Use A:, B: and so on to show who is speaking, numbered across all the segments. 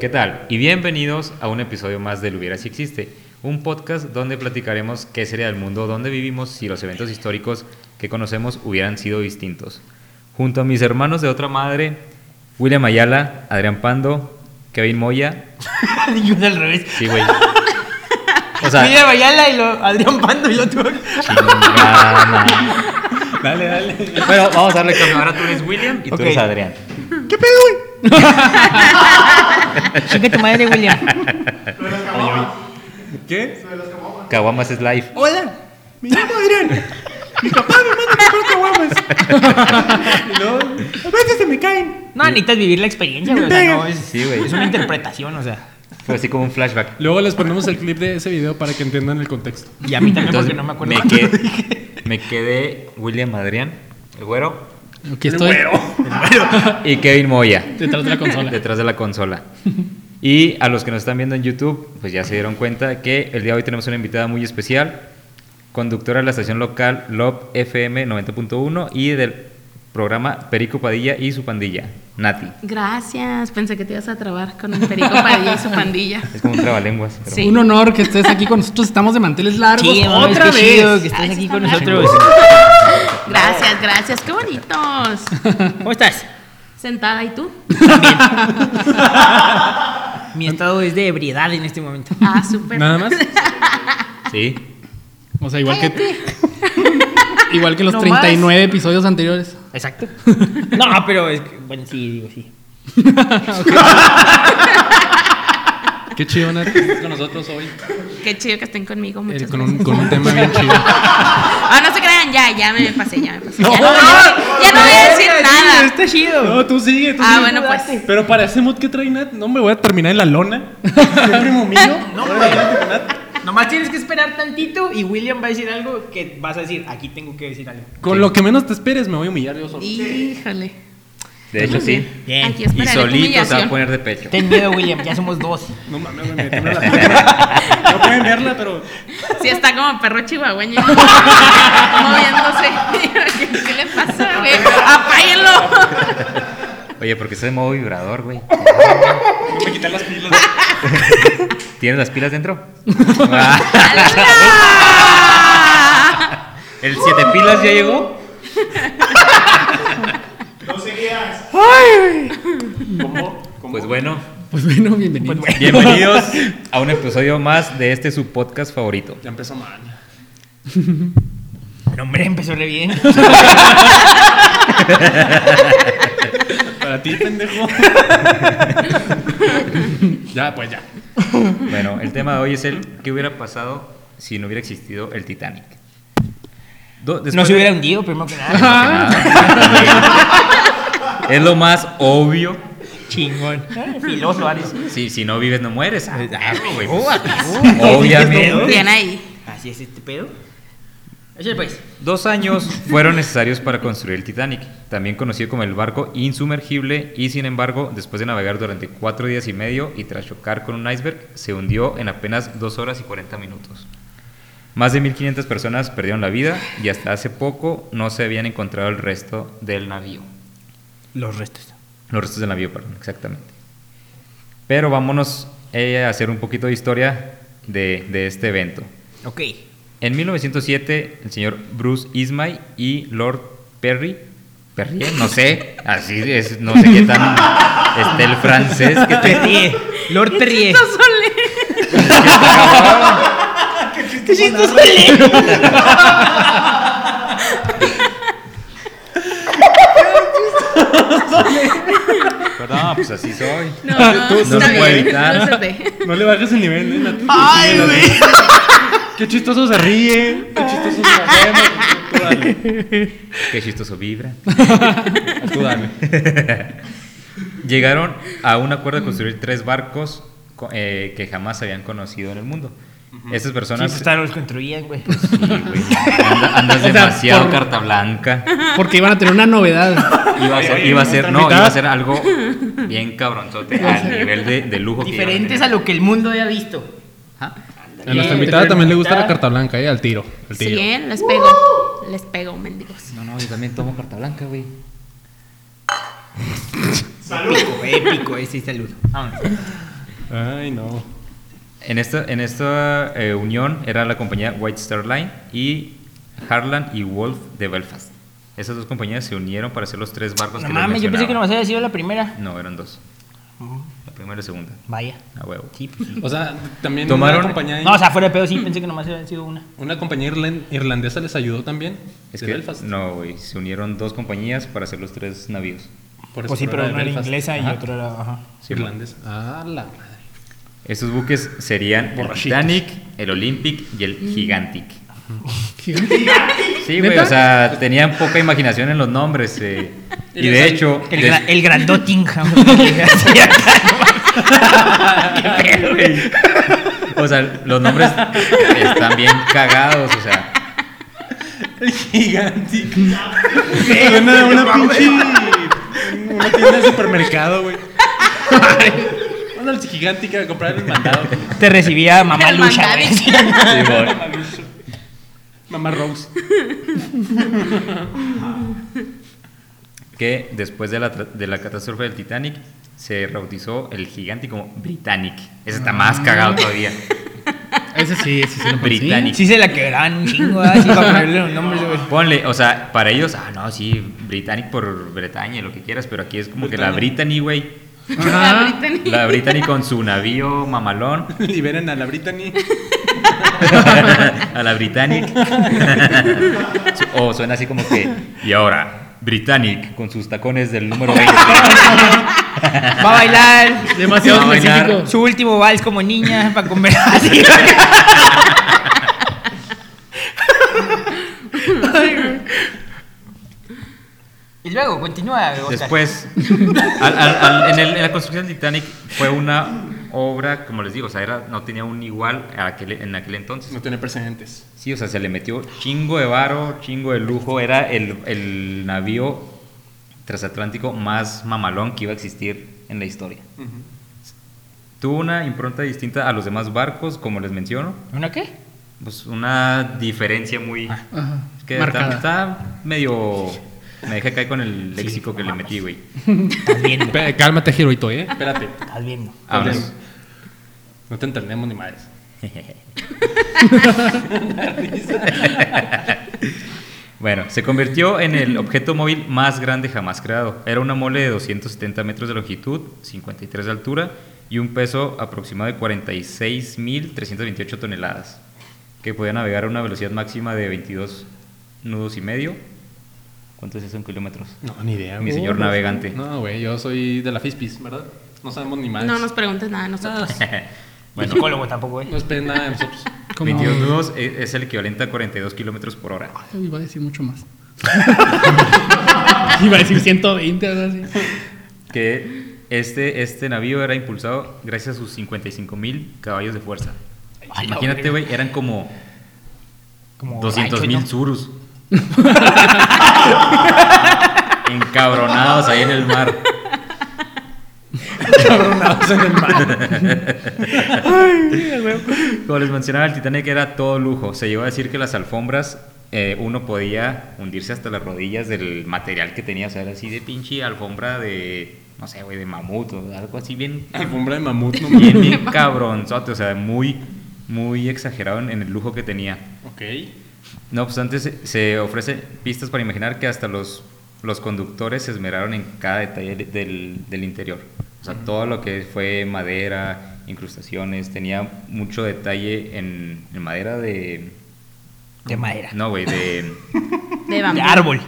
A: ¿qué tal? Y bienvenidos a un episodio más del Hubiera si existe, un podcast donde platicaremos qué sería el mundo donde vivimos si los eventos históricos que conocemos hubieran sido distintos. Junto a mis hermanos de otra madre, William Ayala, Adrián Pando, Kevin Moya.
B: y uno al revés.
A: Sí, güey. O sea,
B: Mira, Bayala y lo, Adrián Pando y lo tuvo.
A: chingada madre.
B: Dale, dale.
A: Bueno, vamos a darle cambio. Ahora tú eres William y tú
B: Ok.
A: eres Adrián.
B: ¿Qué pedo, güey? Chica tu madre, William.
A: ¿Qué? Caguamas es live.
B: Hola, me llamo Adrián. Mi papá me manda a comprar caguamas. A veces se me caen. No, necesitas vivir la experiencia, güey. O sea, no, es,
A: Sí, güey.
B: es una interpretación, o sea.
A: Fue así como un flashback.
C: Luego les ponemos el clip de ese video para que entiendan el contexto.
B: Y a mí también,
A: Entonces,
B: porque no me acuerdo.
A: me,
B: cuándo
A: qued-
B: dije.
A: me quedé William Adrián, el güero,
C: Aquí estoy
A: y Kevin Moya,
C: detrás de la consola.
A: detrás de la consola. Y a los que nos están viendo en YouTube, pues ya se dieron cuenta que el día de hoy tenemos una invitada muy especial, conductora de la estación local LOP FM 90.1 y del programa Perico Padilla y su pandilla, Nati.
D: Gracias, pensé que te ibas a trabar con el perico Padilla y su pandilla.
A: Es como un trabalenguas. pero-
D: Sí.
C: Un honor que estés aquí con nosotros. Estamos de manteles largos
B: Sí, mames, qué
C: otra vez.
B: chido que estés
D: Ay,
B: aquí
D: sí
B: con
D: está
B: nosotros.
D: Gracias, gracias, qué bonitos.
B: ¿Cómo estás?
D: Sentada, ¿y tú?
B: Mi estado es de ebriedad en este momento.
D: Ah, súper.
C: Nada más.
A: Sí.
C: O sea, igual que igual que los
B: No
C: 39 episodios anteriores.
B: Exacto. No, pero es que, bueno, sí, digo, sí.
C: Qué chido, Nat, que estés con nosotros hoy.
D: Qué chido que estén conmigo, muchas
C: Eh, con, un,
D: gracias.
C: con un tema bien chido.
D: Ah, no se crean, ya, ya me pasé, ya me pasé.
C: No,
D: ya no, voy a- ya no voy a decir nada.
E: este-
B: Está chido.
C: No, tú sigue, tú
D: Ah,
C: sigue.
D: bueno, pues.
C: Pero para ese mood que trae Nat, no me voy a terminar en la lona. Siempre me humillo.
B: Nomás tienes que esperar tantito y William va a decir algo que vas a decir, aquí tengo que decir algo.
C: Con lo que menos te esperes, me voy a humillar yo solo.
D: Híjole.
A: De hecho, sí.
B: Bien.
D: Aquí
A: Y
D: esperaré tu
A: solito se va a
D: humillación.
A: poner de pecho.
B: Ten miedo, William, ya somos dos.
C: No mames, güey, me tiembla la pierna. No pueden verla, pero
D: Sí, está como perro chihuahueño. moviéndose. ¿Qué, qué le pasa, güey? Apáguenlo.
A: Oye, porque está de modo vibrador, güey.
C: no me quitan las pilas.
A: ¿Tienes las pilas dentro?
D: ¡Hala!
A: ¿El siete pilas ya llegó? Pues bueno,
C: Pues bueno, bienvenido.
A: bienvenidos a un episodio más de este su podcast favorito.
C: Ya empezó mal.
B: No, hombre, empezó re bien.
C: Para ti, pendejo. ya, pues ya.
A: Bueno, el tema de hoy es el ¿qué hubiera pasado si no hubiera existido el Titanic? Do- después
B: No se
A: de-
B: hubiera hundido, primero que nada.
A: Nada. es lo más obvio.
B: Chingón. Ah, Filoso, Ares.
A: Sí, si no vives no mueres. Ah, güey.
B: huevo.
A: Obviamente.
D: Bien ahí.
B: Así es este pedo. Ese pues.
A: Dos años fueron necesarios para construir el Titanic, también conocido como el barco insumergible, y sin embargo, después de navegar durante cuatro días y medio y tras chocar con un iceberg, se hundió en apenas dos horas y 40 minutos. Más de 1.500 personas perdieron la vida y hasta hace poco no se habían encontrado el resto del navío.
B: Los restos.
A: Los restos del navío, perdón, exactamente. Pero vámonos eh, a hacer un poquito de historia de- de este evento.
B: Ok.
A: En 1907, el señor Bruce Ismay y Lord Perry, Perry, eh, no sé, así es, no sé qué tan esté el francés que te
B: Perrier. Lord Perrier.
D: Chistoso, le-
B: ¡Qué chistoso el
A: Perdón, pues así soy.
D: No, no,
C: Tú-
A: no
D: está
A: se puede
D: bien.
A: evitar.
D: No se ve.
C: No le bajes el nivel, ¿eh? Nati?
B: ¡Ay, güey!
C: Qué chistoso se ríe. Qué chistoso se la Tú dale.
A: Qué chistoso vibra.
C: Tú dale.
A: Llegaron a un acuerdo de construir tres barcos co- eh, que jamás habían conocido en el mundo. Estas personas.
B: Sí, pues, los construían, güey.
A: Sí, güey, anda- andas
C: O sea,
A: demasiado
C: por-
A: carta blanca.
C: Porque iban a tener una novedad.
A: Iba a ser,
C: Oye,
A: iba a
C: ¿no
A: ser-
C: está
A: no,
C: mitad?
A: iba a ser algo bien cabronzote al nivel de, de lujo. que iban a
B: Diferentes a
A: tener.
B: lo que el mundo había visto.
C: A nuestra invitada también le gusta la carta blanca, ¿eh? Al tiro. Al
D: Sí,
C: tiro.
D: ¿eh? les pego. Les pego, mendigos.
A: No, no, yo también tomo carta blanca, güey.
B: eh, Épico, épico, ese saludo. Vámonos.
C: Ay, no.
A: En esta, en esta eh, unión era la compañía White Star Line y Harlan y Wolf de Belfast. Esas dos compañías se unieron para hacer los tres barcos
B: No
A: que les
B: mames, yo pensé que Oh. no
A: mencionaba.
B: me había sido la primera.
A: No, eran dos. La primera y la segunda.
B: Vaya.
A: A huevo.
B: Sí, pues sí.
C: O sea, también
A: Tomaron-
C: una compañía,
B: No, o sea, fuera de pedo, sí, pensé que nomás había sido una.
C: una compañía irlan- irlandesa les ayudó también.
A: Es
C: de
A: que,
C: Belfast.
A: no, güey. Se unieron dos compañías para hacer los tres navíos.
C: Por eso
B: Pues sí,
C: era
B: pero
C: de
B: una era
C: Belfast.
B: inglesa y
C: Ajá.
B: otra era. Ajá.
A: Sí,
C: Irlandesa. Ah, la madre.
A: Estos buques serían el
C: Borrachitos.
A: Titanic, el Olympic y el Gigantic. Sí, güey, o sea, tenían poca imaginación en los nombres. eh. Y de hecho,
B: El,
A: des-
B: gra el grandotingham.
A: Qué pedo, güey. O sea, los nombres están bien cagados, o sea.
C: Gigante. Suena a una pinche. Una tienda de supermercado, güey. Vamos al gigante a comprar el mandado.
B: Te recibía mamá
D: El
B: Lucha.
D: mandado.
B: güey.
C: Mamá Rose.
A: que después de la, tra- de la catástrofe del Titanic se rebautizó el gigante como Britannic. Ese está más cagado todavía.
F: Ese sí, ese sí.
E: pues
F: lo conocí.
A: Britannic.
B: Sí se la quebraban un chingo, ¿verdad? así para ponerle los nombres, güey.
A: Ponle, o sea, para ellos, ah, no, sí, Britannic por Bretaña, y lo que quieras, pero aquí es como que la Britanny, güey.
D: La Brittany.
A: La Britanny con su navío mamalón,
C: Liberen a la Brittany.
A: a la Britannic. o suena así como que, y ahora, Britannic con sus tacones del número 20.
B: Va a bailar
F: Demasiado
A: No, bailar.
F: específico.
B: su último vals como niña para comer así. y luego continúa. Oscar.
A: Después, al- al- al- en, el- en la construcción del Titanic fue una obra, como les digo, o sea, era, no tenía un igual a aquel- en aquel entonces.
C: No tiene precedentes.
A: Sí, o sea, se le metió chingo de varo, chingo de lujo. Era el, el navío transatlántico más mamalón que iba a existir en la historia. Tuvo una impronta distinta a los demás barcos, como les menciono.
B: ¿Una qué?
A: Pues una diferencia muy...
F: Ajá.
A: Es que está,
F: Marcada.
A: está medio... Me dejé caer con el léxico que le metí, güey.
B: Estás viendo,
F: Pe- Cálmate, Hirohito, ¿eh?
C: Espérate.
B: estás viendo.
A: Vámonos.
C: No te entendemos ni madres.
A: Bueno, se convirtió en el objeto móvil más grande jamás creado. Era una mole de 270 metros de longitud, 53 de altura y un peso aproximado de 46.328 toneladas, que podía navegar a una velocidad máxima de 22 nudos y medio. ¿Cuánto es eso en kilómetros?
C: No, ni idea.
A: Mi
C: güey.
A: señor navegante.
C: No, güey, yo soy de la FISPIS, ¿verdad? No sabemos ni madres.
D: No nos preguntes nada de nosotros.
A: Bueno,
B: Psicólogo tampoco, ¿eh? güey.
C: No esperen nada de nosotros.
F: Como-
A: 22 nudos e- es el equivalente a 42 kilómetros por hora.
F: Iba a decir mucho más. Iba a decir 120, algo así.
A: Que este, este navío era impulsado gracias a sus 55.000 caballos de fuerza.
B: A la
A: Imagínate,
B: verga.
A: güey, eran como
B: Como
A: 200 mil
B: rancho,
A: surus. Encabronados ahí en el mar.
C: Cabronados en el mar.
A: Como les mencionaba, el Titanic era todo lujo. Se llegó a decir que las alfombras, eh, uno podía hundirse hasta las rodillas del material que tenía. O sea, era así de pinche alfombra de, no sé, güey, de mamut o algo así bien,
C: Alfombra de mamut, no
A: bien, bien cabronzote. O sea, muy, muy exagerado en- en el lujo que tenía.
C: Ok.
A: No obstante, se, se ofrecen pistas para imaginar que hasta los, los conductores se esmeraron en cada detalle de- del, del interior. O sea, todo lo que fue madera, incrustaciones, tenía mucho detalle en, en madera de...
B: De madera.
A: No, güey, de...
D: De
B: De
D: bambú.
B: árbol.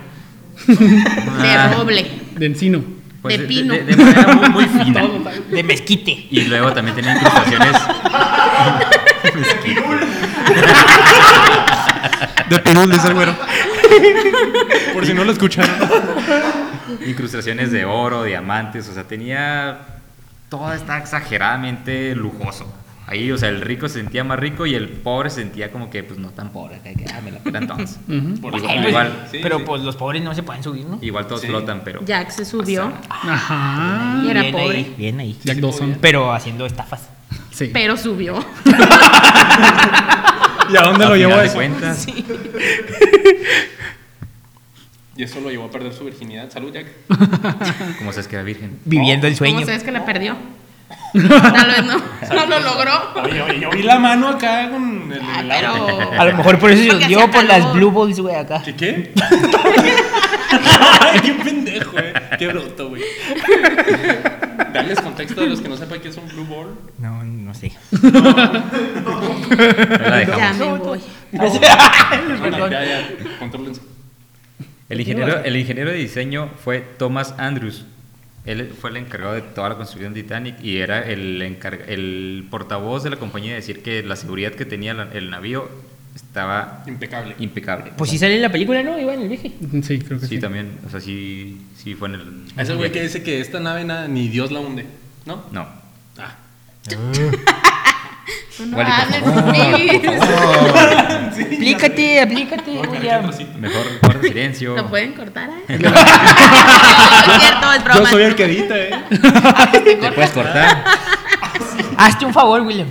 D: De roble.
F: De encino.
D: De pino.
A: pues De, de madera muy, muy fina.
B: De mezquite.
A: Y luego también tenía incrustaciones... Pues
F: De Perú, dice el güero.
C: Por si no lo escucharon.
A: incrustaciones de oro, diamantes, o sea, tenía todo está exageradamente lujoso. Ahí, o sea, el rico se sentía más rico y el pobre se sentía como que, pues, no tan pobre, que, que, ah, me la pelan todos.
C: Por
A: Igual,
C: ejemplo.
A: Pues igual.
C: Sí,
B: pero
C: sí.
B: pues los pobres no se pueden subir, ¿no?
A: Igual todos
C: Sí.
A: flotan, pero...
D: Jack se subió,
B: Ah,
F: Ajá.
D: Y era
B: Bien
D: pobre.
B: ahí, bien ahí.
F: Jack Dawson.
B: Pero haciendo estafas.
F: Sí.
D: pero subió.
C: ¿Y a dónde
A: al
C: lo llevó
A: final de
C: eso?
A: cuentas,
C: Y eso lo llevó a perder su virginidad. Salud, Jack.
A: como sabes que era virgen.
B: Viviendo el
D: ¿Cómo
B: sueño.
D: sabes que la perdió? Tal vez no, no lo logró.
C: Oye, oye, yo vi la mano acá con el.
D: Ah,
C: el agua.
D: pero.
B: A lo mejor por eso se
D: Porque
B: hundió
D: hacía
B: por las
D: calor.
B: Blue Balls, güey, acá.
C: ¿Qué qué? Ay, qué pendejo, eh. Qué bruto, güey. Darles contexto a los que no sepan qué es un blue ball.
B: No, no sé.
A: Ahí la
D: Ya
A: dejamos.
D: me voy.
C: No, no, ya, ya, contrólense.
A: El ingeniero, el ingeniero de diseño fue Thomas Andrews. Él fue el encargado de toda la construcción de Titanic y era el, encarga- el portavoz de la compañía de decir que la seguridad que tenía la- el navío estaba
C: Impecable.
A: impecable.
B: Pues sí sale en la película, ¿no? Iba en el viaje.
F: Sí, creo que
A: Sí,
F: sí.
A: también. O sea, sí, sí fue en el...
C: Ese güey que dice que esta nave nada, ni Dios la hunde, ¿no?
A: No.
C: Ah.
D: Tú no
A: Wally, por
D: hables
A: favor,
D: please.
B: Aplícate, aplícate, William.
A: Mejor guarda silencio.
D: ¿Lo pueden cortar? eh? No, no es cierto, es broma.
C: Yo soy el que edita, eh.
A: Te puedes cortar.
B: Hazte un favor, William.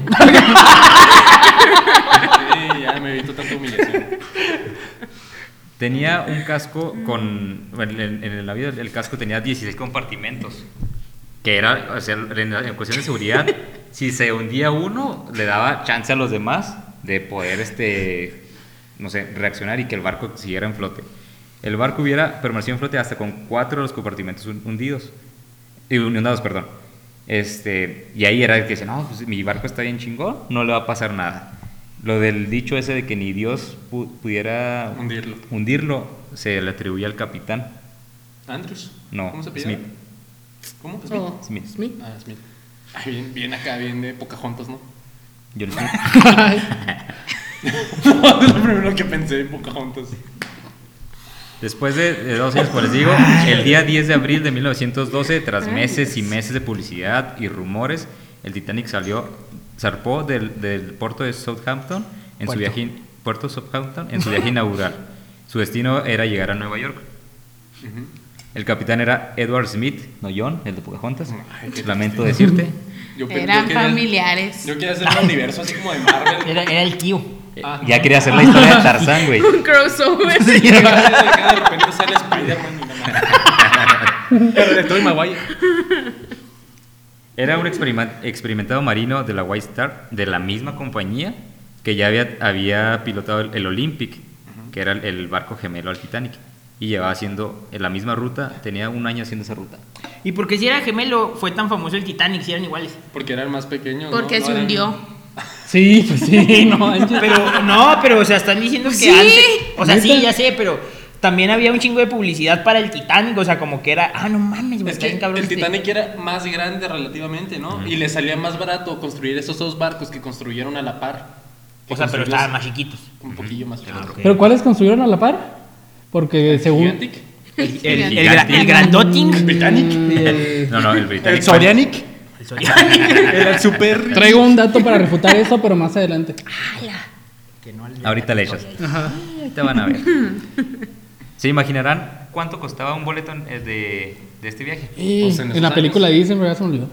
C: Sí, ya me evito tanta humillación.
A: Tenía un casco con... bueno, En el, en el navío el casco tenía 16 compartimentos. Que era, o sea, en, en cuestión de seguridad, si se hundía uno, le daba chance a los demás de poder, este, no sé, reaccionar y que el barco siguiera en flote. El barco hubiera permanecido en flote hasta con cuatro de los compartimentos hun- hundidos. Y unidos, perdón. Este, y ahí era el que dice, no, pues, mi barco está bien chingón, no le va a pasar nada. Lo del dicho ese de que ni Dios pu- pudiera
C: Hundirlo.
A: hundirlo, se le atribuía al capitán.
C: Andrews.
A: No,
C: ¿Cómo se pide?
A: Smith.
C: ¿Cómo? Smith.
D: Oh,
A: Smith.
D: Smith.
C: Ah, Smith. Ay, bien, bien acá, bien de Pocahontas, ¿no?
A: John Smith.
C: No, es lo primero que pensé en Pocahontas.
A: Después de, de dos años, pues les digo, el día 10 de abril de 1912, tras meses y meses de publicidad y rumores, el Titanic salió, zarpó del, del puerto de Southampton en su
B: Puerto.
A: viaje in- puerto Southampton en su viaje inaugural. Su destino era llegar a Nueva York. El capitán era Edward Smith, no John, el de Pocahontas.
C: Ay, qué
A: Lamento decirte.
C: Yo pe- yo
D: Eran
C: quería-
D: familiares.
C: Yo quería hacer un universo así como de Marvel.
B: Era, era el tío.
A: Eh,
C: Ah.
A: Ya quería hacer la historia de Tarzán, güey.
D: Un crossover.
C: Y acá de repente sale Spider-Man y la madre. Pero de Tobey Maguire.
A: Era un experima- experimentado marino de la White Star, de la misma compañía que ya había, había pilotado el, el Olympic, que era el, el barco gemelo al Titanic, y llevaba haciendo en la misma ruta, tenía un año haciendo esa ruta.
B: ¿Y porque si era gemelo fue tan famoso el Titanic si eran iguales?
C: Porque era el más pequeño. ¿no?
D: Porque
C: No
D: se
C: eran-
D: hundió.
F: Sí, pues sí, no manches.
B: Pero no, pero o sea, están diciendo que
D: Sí.
B: antes, o sea, sí,
F: ¿Neta?
B: ya sé, pero también había un chingo de publicidad para el Titanic, o sea, como que era, ah, no mames, güey,
C: Es
B: está
C: que
B: bien cabrón.
C: el
B: este.
C: Titanic era más grande relativamente, ¿no? Y le salía más barato construir esos dos barcos que construyeron a la par.
B: O sea, pero estaban más chiquitos.
C: Un poquillo más grande.
F: ¿Pero cuáles construyeron a la par? Porque según.
C: Gigantic.
B: El, el, el,
A: gigante.
B: gra- el grandoting.
F: Mm,
C: Britannic.
F: y el-
A: No, no, el británico.
C: El Sorianic.
B: El Soriano.
C: El super.
F: Traigo un dato para refutar eso, pero más adelante.
A: Ahorita le echas. Ahorita van a ver. ¿Se imaginarán cuánto costaba un boleto en- eh, de, de este viaje?
F: Eh,
C: Pues en
F: en,
C: esos
F: la
C: años.
F: película dicen, pero ya se me olvidó.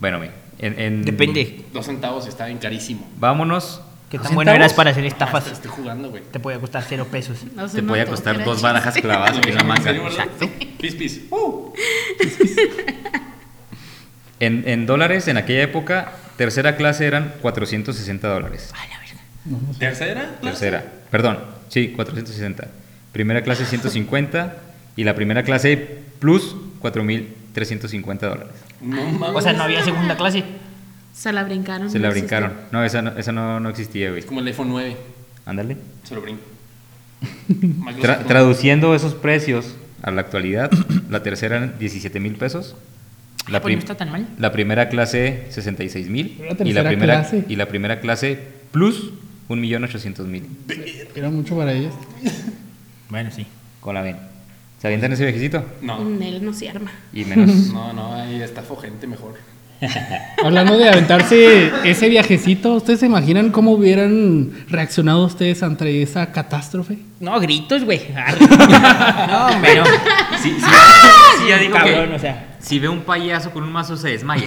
A: Bueno, mira, en, en-
B: Depende
C: Dos centavos está bien carísimo.
A: Vámonos.
B: qué tan
F: ¿Centavos?
B: bueno eras para hacer
C: Ah,
B: estafas.
C: Estoy jugando, güey.
B: Te podía costar cero pesos.
D: No se
A: Te podía
D: notó,
A: costar
D: era
A: dos
D: chiste.
A: barajas clavadas aquí en la manga.
C: Exacto. Pis, pis.
A: En, en dólares, en aquella época, tercera clase eran 460 dólares.
C: ¿Tercera?
A: Tercera, perdón, sí, 460. Primera clase 150 y la primera clase plus 4350 dólares.
B: Ah,
C: No mames.
B: O sea, no había segunda clase.
D: Se la brincaron.
A: Se la
D: no
A: brincaron. No, esa no, esa no, no existía, güey.
C: Como el iPhone 9.
A: Ándale.
C: Se lo brinco.
A: Tra-
C: Microsoft.
A: traduciendo esos precios a la actualidad, la tercera eran 17 mil pesos. La,
B: Pues
A: prim-
B: no está tan mal.
A: la primera clase 66 mil
F: La
A: y, la
F: tercera
A: primera-
F: clase.
A: y la primera clase plus 1.800.000.
F: Era mucho para ellos.
B: Bueno, sí.
A: Con la ven. ¿Se avientan ese viajecito?
C: No,
D: Mm, Él no se arma.
A: Y menos.
C: no, no, ahí está gente mejor.
F: Hablando de aventarse ese viajecito, ¿ustedes se imaginan cómo hubieran reaccionado ustedes ante esa catástrofe?
B: No, gritos, güey. no, hombre, no.
A: Sí, sí, sí, ya dijo
B: Cabrón,
A: que
B: o sea.
A: si ve un payaso con un mazo se desmaya.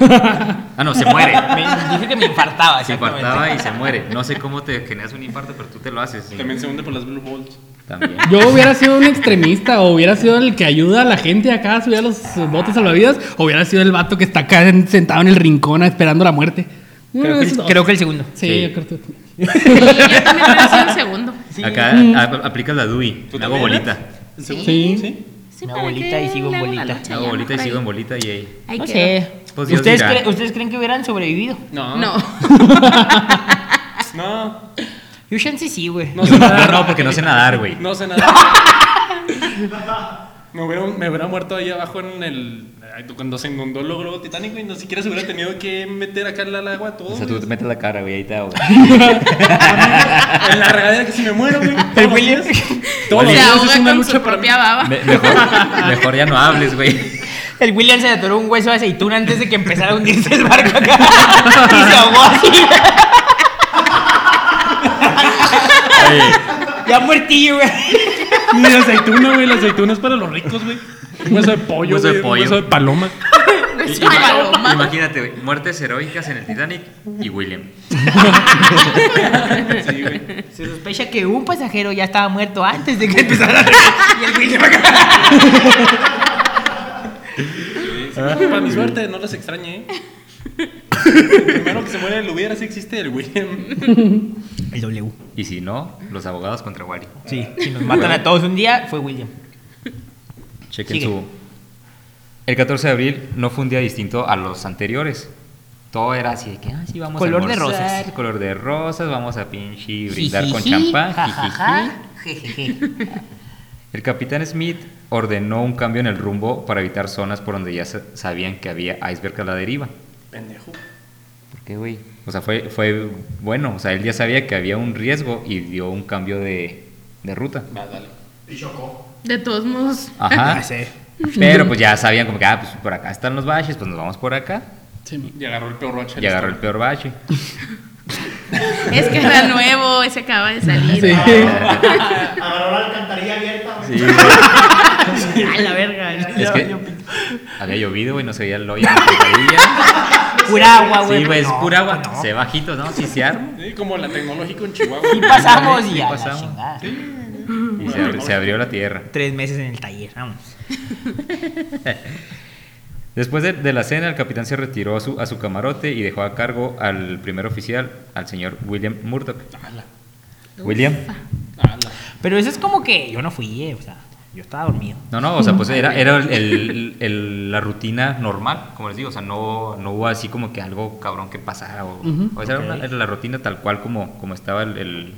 A: Ah, no, se muere.
B: Me, dije que me infartaba.
A: Se
B: exactamente.
A: infartaba y se muere. No sé cómo te generas un infarto, pero tú te lo haces.
C: También se hunde por las Blue Balls.
A: También.
F: Yo hubiera sido un extremista, o hubiera sido el que ayuda a la gente acá a subir a los botes salvavidas, o hubiera sido el vato que está acá en- sentado en el rincón esperando la muerte.
B: Creo
F: Uno
B: que,
F: de
B: el,
F: esos dos.
B: creo que el segundo.
F: Sí,
A: Sí.
F: yo creo que-
D: Sí, yo también hubiera sido el segundo.
A: Acá a- aplicas la DUI. Me hago
C: también,
A: bolita.
C: ¿Seguro?
F: Sí.
D: Sí,
B: Una
D: ¿para
B: bolita
D: qué
B: y sigo en
D: le hago la
B: bolita.
D: lucha
A: Me hago
D: ya,
A: bolita y
D: Por
A: sigo en
D: ahí-
A: bolita y ahí.
D: ahí
B: No
D: quedó.
B: sé.
A: Pues Dios
B: ¿Ustedes,
A: dirá.
B: cre- ¿Ustedes creen que hubieran sobrevivido?
C: No.
D: No.
C: No.
B: Yo chance sí, güey.
C: No
A: Yo
C: sé
A: no,
C: nada.
A: no, porque no sé nadar, güey.
C: No sé nada. Me hubiera, me hubiera muerto ahí abajo en el. ay, Cuando se inundó el logro titánico y ni siquiera se hubiera tenido que meter acá al agua todo.
A: O sea,
C: güey.
A: tú te metes la cara, güey, ahí te hago.
C: En la regadera que si me muero, güey. Todos los días, todos los
D: Se
C: días
D: ahoga
C: es una
D: con
C: lucha
D: su
C: para mí.
D: propia baba.
A: Me- mejor, mejor ya no hables, güey.
B: El William se le atoró un hueso de aceituna antes de que empezara a hundirse el barco acá. y se ahogó así.
A: Oye,
B: ya muertillo, güey.
C: Ni de aceituna, güey. La aceituna es para los ricos, güey. Un hueso de pollo,
A: Hueso de
C: güey, un
A: pollo.
C: hueso de paloma.
D: Es
A: ima-
D: paloma.
A: imagínate, güey, muertes heroicas en el Titanic y William.
C: Sí, güey.
B: Se sospecha que un pasajero ya estaba muerto antes de que empezara Y el William acá.
C: Para mi suerte, no los extrañe, ¿eh? Primero que se muere el hubiera, sí existe el William.
B: El W.
A: Y si no, los abogados contra Wari.
B: Sí, si nos matan a todos un día, fue William.
A: Chequen
B: Sigue.
A: su. El 14 de abril no fue un día distinto a los anteriores. Todo era así de que, ah, sí, vamos
B: Color
A: a
B: de
A: almorzar,
B: rosas.
A: Color de rosas, vamos a pinche brindar con
B: Jijiji,
A: champán. jijiji.
B: jajaja, jejeje.
A: El capitán Smith ordenó un cambio en el rumbo para evitar zonas por donde ya sa- sabían que había iceberg a la deriva.
C: Pendejo.
A: ¿Por qué, güey? O sea, fue, fue bueno. O sea, él ya sabía que había un riesgo y dio un cambio de, de ruta.
C: Va, dale.
D: De todos modos.
A: Ajá. Pero pues ya sabían como que, ah, pues por acá están los baches, pues nos vamos por acá.
F: Sí.
C: Y agarró el peor roche.
A: Y agarró el peor bache.
D: Es que era nuevo, ese acaba de salir.
F: Sí.
G: Agarró la alcantarilla abierta, güey.
A: Sí,
B: A la verga.
A: Es que había llovido, güey, no se veía el hoyo. en la
G: Ah,
A: alcantarilla.
B: Pura agua, güey.
A: Sí, güey, es
B: No,
A: pura agua.
B: no.
A: Se bajito, ¿no? Sí, se arma.
C: Sí, como la tecnológica en Chihuahua.
B: Y pasamos
A: Sí,
B: y ya.
A: pasamos. Y se,
C: Bueno,
A: abri- se abrió la tierra.
B: Tres meses en el taller, vamos.
A: Después de, de la cena, el capitán se retiró a su, a su camarote y dejó a cargo al primer oficial, al señor William Murdoch. William.
C: Ala.
B: Pero eso es como que yo no fui, eh, o sea, yo estaba dormido.
A: No, no, o sea, pues era, era el- el- el- la rutina normal, como les digo, o sea, no, no hubo así como que algo cabrón que pasara. O, o sea, era, una-
B: Ok.
A: era la rutina tal cual como, como estaba el, el-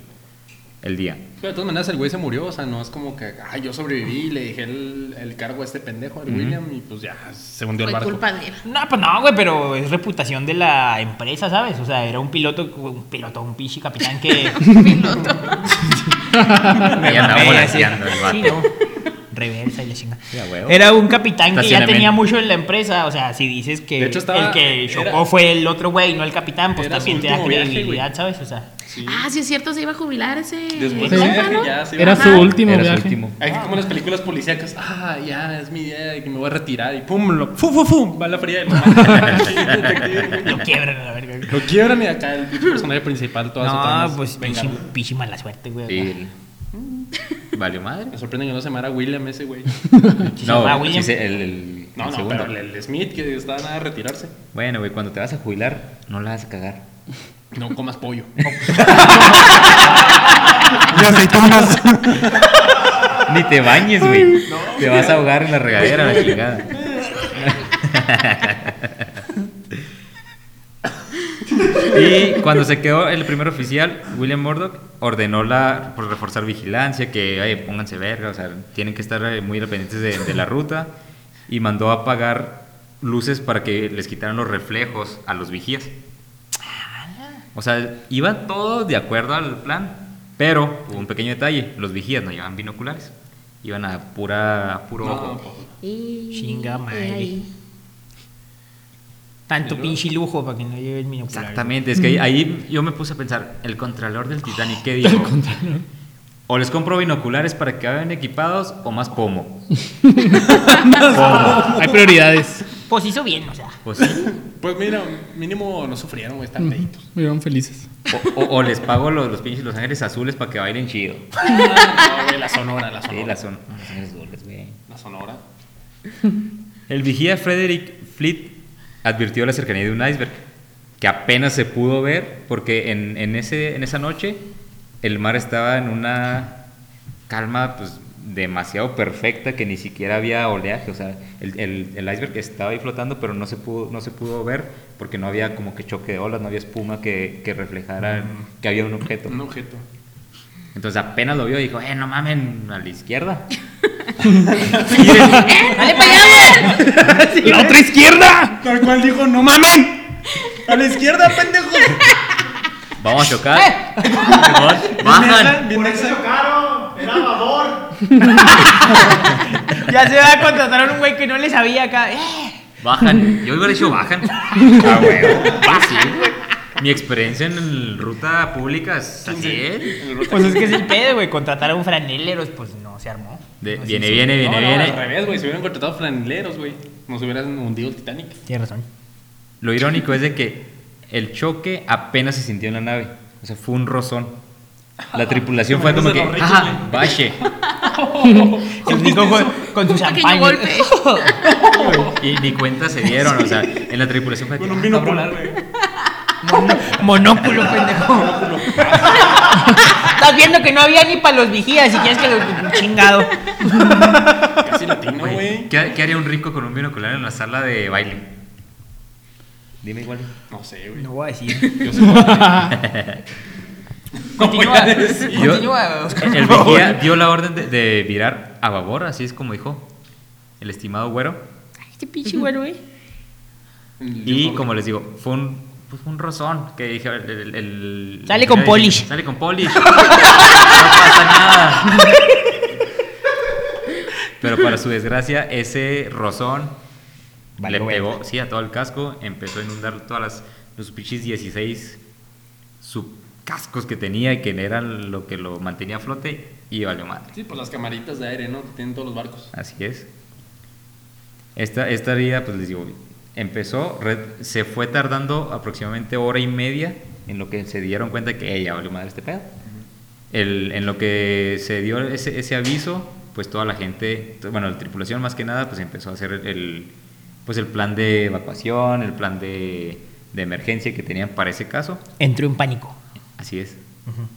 A: el día.
C: Pero de todas maneras, el güey se murió. O sea, no es como que, ay, yo sobreviví y le dejé el, el cargo a este pendejo, al William, y pues ya se hundió el
D: Fue
C: barco.
D: culpa de él.
B: No, pues no, güey, pero es reputación de la empresa, ¿sabes? O sea, era un piloto, un piloto, un pinche capitán que...
D: Piloto.
A: Ahí andaba
B: Mamé, así.
A: volateando el vato.
B: Sí, no. Reversa y la chinga.
A: Sí, a huevo.
B: Era un capitán que ya
A: Estacionamiento.
B: tenía mucho en la empresa. O sea, si dices que
C: De hecho, estaba-
B: el que
C: era-
B: chocó fue el otro güey, no el capitán, pues
C: era su
B: también te da
C: último viaje,
B: credibilidad, ¿sabes? O sea,
C: Sí.
D: Ah, sí es cierto, se iba a jubilar ese.
C: Después
F: Sí.
C: de
F: de
D: compa,
F: viaje,
D: ¿no?
C: ya se iba
F: Era
C: a-
F: su último
A: Era su
F: viaje.
A: último.
C: Hay que como las películas policíacas, ah, ya es mi idea de que me voy a retirar y pum, lo, fu, fu, fu, va la fría de
B: lo quiebran a la verga. güey.
C: Lo quiebran y acá el pinche personaje principal, todas sus
B: No,
C: tramas,
B: pues
C: venga.
B: pinche pinche mala suerte, güey. acá.
A: Sí. Valió madre.
C: Me sorprende que no se llamara William ese güey.
B: Sí, se llama
A: No,
B: William.
A: sí, se- el, el-
C: Ah, No,
A: el
C: no,
A: segundo.
C: pero el, el Smith que está nada de retirarse.
A: Bueno, güey, cuando te vas a jubilar, no la vas a cagar.
C: No comas pollo.
A: Ni te bañes, güey. te vas a ahogar en la regadera, la chingada. y cuando se quedó el primer oficial, William Murdoch ordenó la por reforzar vigilancia, que "Oye, pónganse verga, o sea, tienen que estar eh, muy pendientes de, de la ruta y mandó a apagar luces para que les quitaran los reflejos a los vigías. O sea, iba todo de acuerdo al plan, pero hubo un pequeño detalle, los vigías no llevaban binoculares, iban a pura a puro
C: No,
A: ojo.
D: Y-
B: Chinga madre.
D: ahí.
B: Tanto pinche lujo para que no lleve el minocular.
A: Exactamente, es que ahí, ahí yo me puse a pensar, el contralor del Titanic, ¿qué dijo? O les compro binoculares para que vayan equipados o más pomo.
F: Hay prioridades.
B: Pues hizo bien, o sea.
A: Pues sí,
C: Pues mira, mínimo no sufrieron, güey, están peditos.
F: Vivieron felices.
A: O, o- o les pago los, los pinches Los Ángeles Azules para que bailen chido.
C: No, Ah, güey, la sonora, la
A: Sí,
C: sonora.
A: la son. Los Ángeles Azules, güey.
C: La sonora.
A: El vigía Frederick Fleet advirtió la cercanía de un iceberg, que apenas se pudo ver porque en, en ese, en esa noche el mar estaba en una calma pues, demasiado perfecta que ni siquiera había oleaje. O sea, el, el- el iceberg estaba ahí flotando, pero no se, pudo, no se pudo ver porque no había como que choque de olas, no había espuma que, que reflejara que había un objeto.
C: Mm. Un objeto.
A: Entonces apenas lo vio y dijo, eh, no mamen, a la izquierda.
D: ¡Dale para allá! güey!
F: ¡La otra izquierda!
C: Tal cual dijo, no mamen. A la izquierda, pendejo.
A: Vamos a chocar. Bajan.
C: Bien
G: Por eso
C: esa.
G: chocaron. Era babor.
B: Ya se va a contratar a un güey que no le sabía acá. Eh,
A: Bajan. Yo hubiera dicho bajan. Ah, huevo. Bajan. Mi experiencia en el ruta pública es así, ¿eh?
B: Pues es que es el pedo, güey. Contratar a un franeleros, pues no se armó.
A: De- viene, viene, viene,
C: No, no,
A: viene.
C: al revés, güey. Si hubieran contratado flaneleros, güey, nos hubieran hundido el Titanic.
B: Tienes razón.
A: Lo irónico es de que el choque apenas se sintió en la nave. O sea, fue un rozón. La tripulación fue como que, ajá, bache.
B: El Nico con, con su
D: Un pequeño
B: champaña.
D: golpe.
A: Y ni cuenta se dieron, o sea, en la tripulación fue
C: Con
A: como
C: un
A: que,
C: vino
A: ah,
C: polar, güey.
B: Monóculo, pendejo. Estás viendo que no había ni para los vigías. Si quieres que lo chingado.
C: Casi latino,
A: güey,
C: güey.
A: ¿Qué, qué haría un rico con un binocular en la sala de baile? Dime igual.
C: No sé, güey.
B: No voy a decir.
C: Yo sé. No voy
B: Continúa.
C: a decir.
A: Yo-
B: Continúa. Oscar,
A: El
B: por favor.
A: vigía dio la orden de, de virar a babor, así es como dijo el estimado güero.
D: Este pinche güero, güey.
A: Y como les digo, fue un, pues, un rozón que dije. El, el- el-
B: Sale
A: el-
B: con
A: el-
B: polish.
A: Sale con polish. no pasa nada. Pero para su desgracia, ese rozón
B: Valió
A: le
B: verga.
A: pegó, sí, a todo el casco. Empezó a inundar todas las. Los pichis 16 subcascos que tenía y que eran lo que lo mantenía a flote. Y valió madre.
C: Sí, pues las camaritas de aire, ¿no? Que tienen todos los barcos.
A: Así es. Esta, esta herida, pues les digo, empezó, re- se fue tardando aproximadamente hora y media en lo que se dieron cuenta que ella valió madre este pedo. El- en lo que se dio ese, ese aviso, pues toda la gente, to- bueno, la tripulación más que nada, pues empezó a hacer el, el- pues el plan de evacuación, el plan de, de emergencia que tenían para ese caso.
B: Entró en pánico.
A: Así es.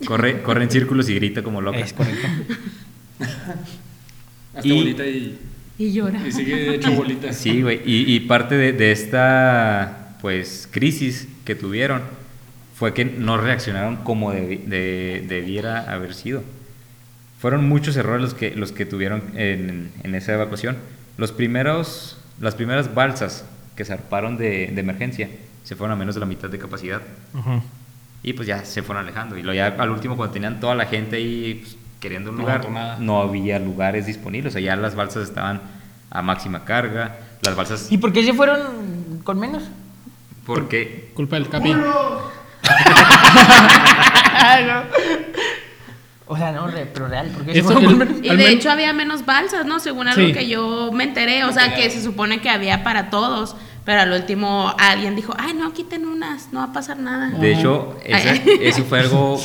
A: Corre, corre en círculos y grita como loca.
B: Es correcto.
C: Hasta
A: Y-
C: bolita y,
D: Y llora.
C: y sigue hecho bolita.
A: Sí, güey. Y, y parte de, de esta, pues, crisis que tuvieron fue que no reaccionaron como debi- de- debiera haber sido. Fueron muchos errores los que, los que tuvieron en, en esa evacuación. Los primeros, las primeras balsas que zarparon de, de emergencia se fueron a menos de la mitad de capacidad. Y pues ya se fueron alejando. Y lo ya al último, cuando tenían toda la gente ahí pues, queriendo un
C: No
A: lugar,
C: aguantó nada.
A: no había lugares disponibles. O sea, ya las balsas estaban a máxima carga. Las balsas.
B: ¿Y por qué se fueron con menos?
A: Porque.
F: Culpa del capi.
D: Ah,
B: O sea, no, re- pero real, porque
F: Eso que-
D: Y
F: Al
D: de
F: men-
D: hecho había menos balsas, ¿no? Según algo
F: Sí.
D: que yo me enteré. O sea, que se supone que había para todos. Pero al último alguien dijo, ay, no, quiten unas, no va a pasar nada.
A: De hecho, esa-
D: Ay.
A: eso fue algo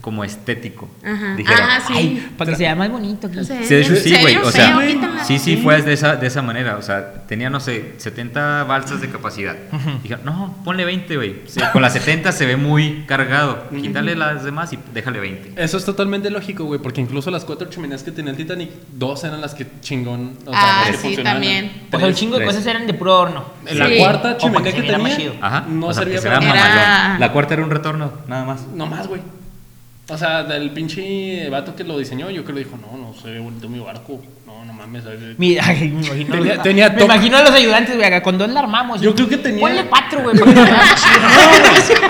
A: como estético.
D: Ajá.
A: dijera.
D: Ajá, sí.
B: para que se vea más bonito. que-
D: Sí.
A: Sí, de hecho
D: ¿En
A: sí, güey.
D: serio?
A: O sea,
D: Feo, quítala.
A: sí, sí, fue de esa, de esa manera. O sea, tenía, no sé, 70 balsas de capacidad. Dijeron, no, ponle 20, güey. O sea, con las 70 se ve muy cargado. Quítale las demás y déjale 20.
C: Eso es totalmente lógico, güey, porque incluso las cuatro chimeneas que tenía el Titanic, dos eran las que chingón. o sea,
D: Ah,
C: las que
D: sí,
C: funcionaban.
D: también.
B: O sea, un chingo de
A: Tres.
B: cosas eran de puro horno.
C: La
D: Sí.
C: cuarta
B: O para
C: chimenea
B: que
C: que
B: se viera más
C: tenía
B: chido.
A: Ajá.
C: no
A: o sea,
C: servía
A: que se vea
C: para
D: más-
A: mamalón.
D: Era-
A: La cuarta era un retorno, nada más.
C: No más, güey. O sea, del pinche vato que lo diseñó, yo creo que dijo, no, no, se ve bonito mi barco. No, no mames. a ver".
B: Mira, ay, me imagino.
C: Tenía- tenía
B: me
C: toc.
B: imagino a los ayudantes, güey, acá con dos la armamos.
C: Yo creo que tenía-
B: Ponle cuatro, güey, para que se vea más chido.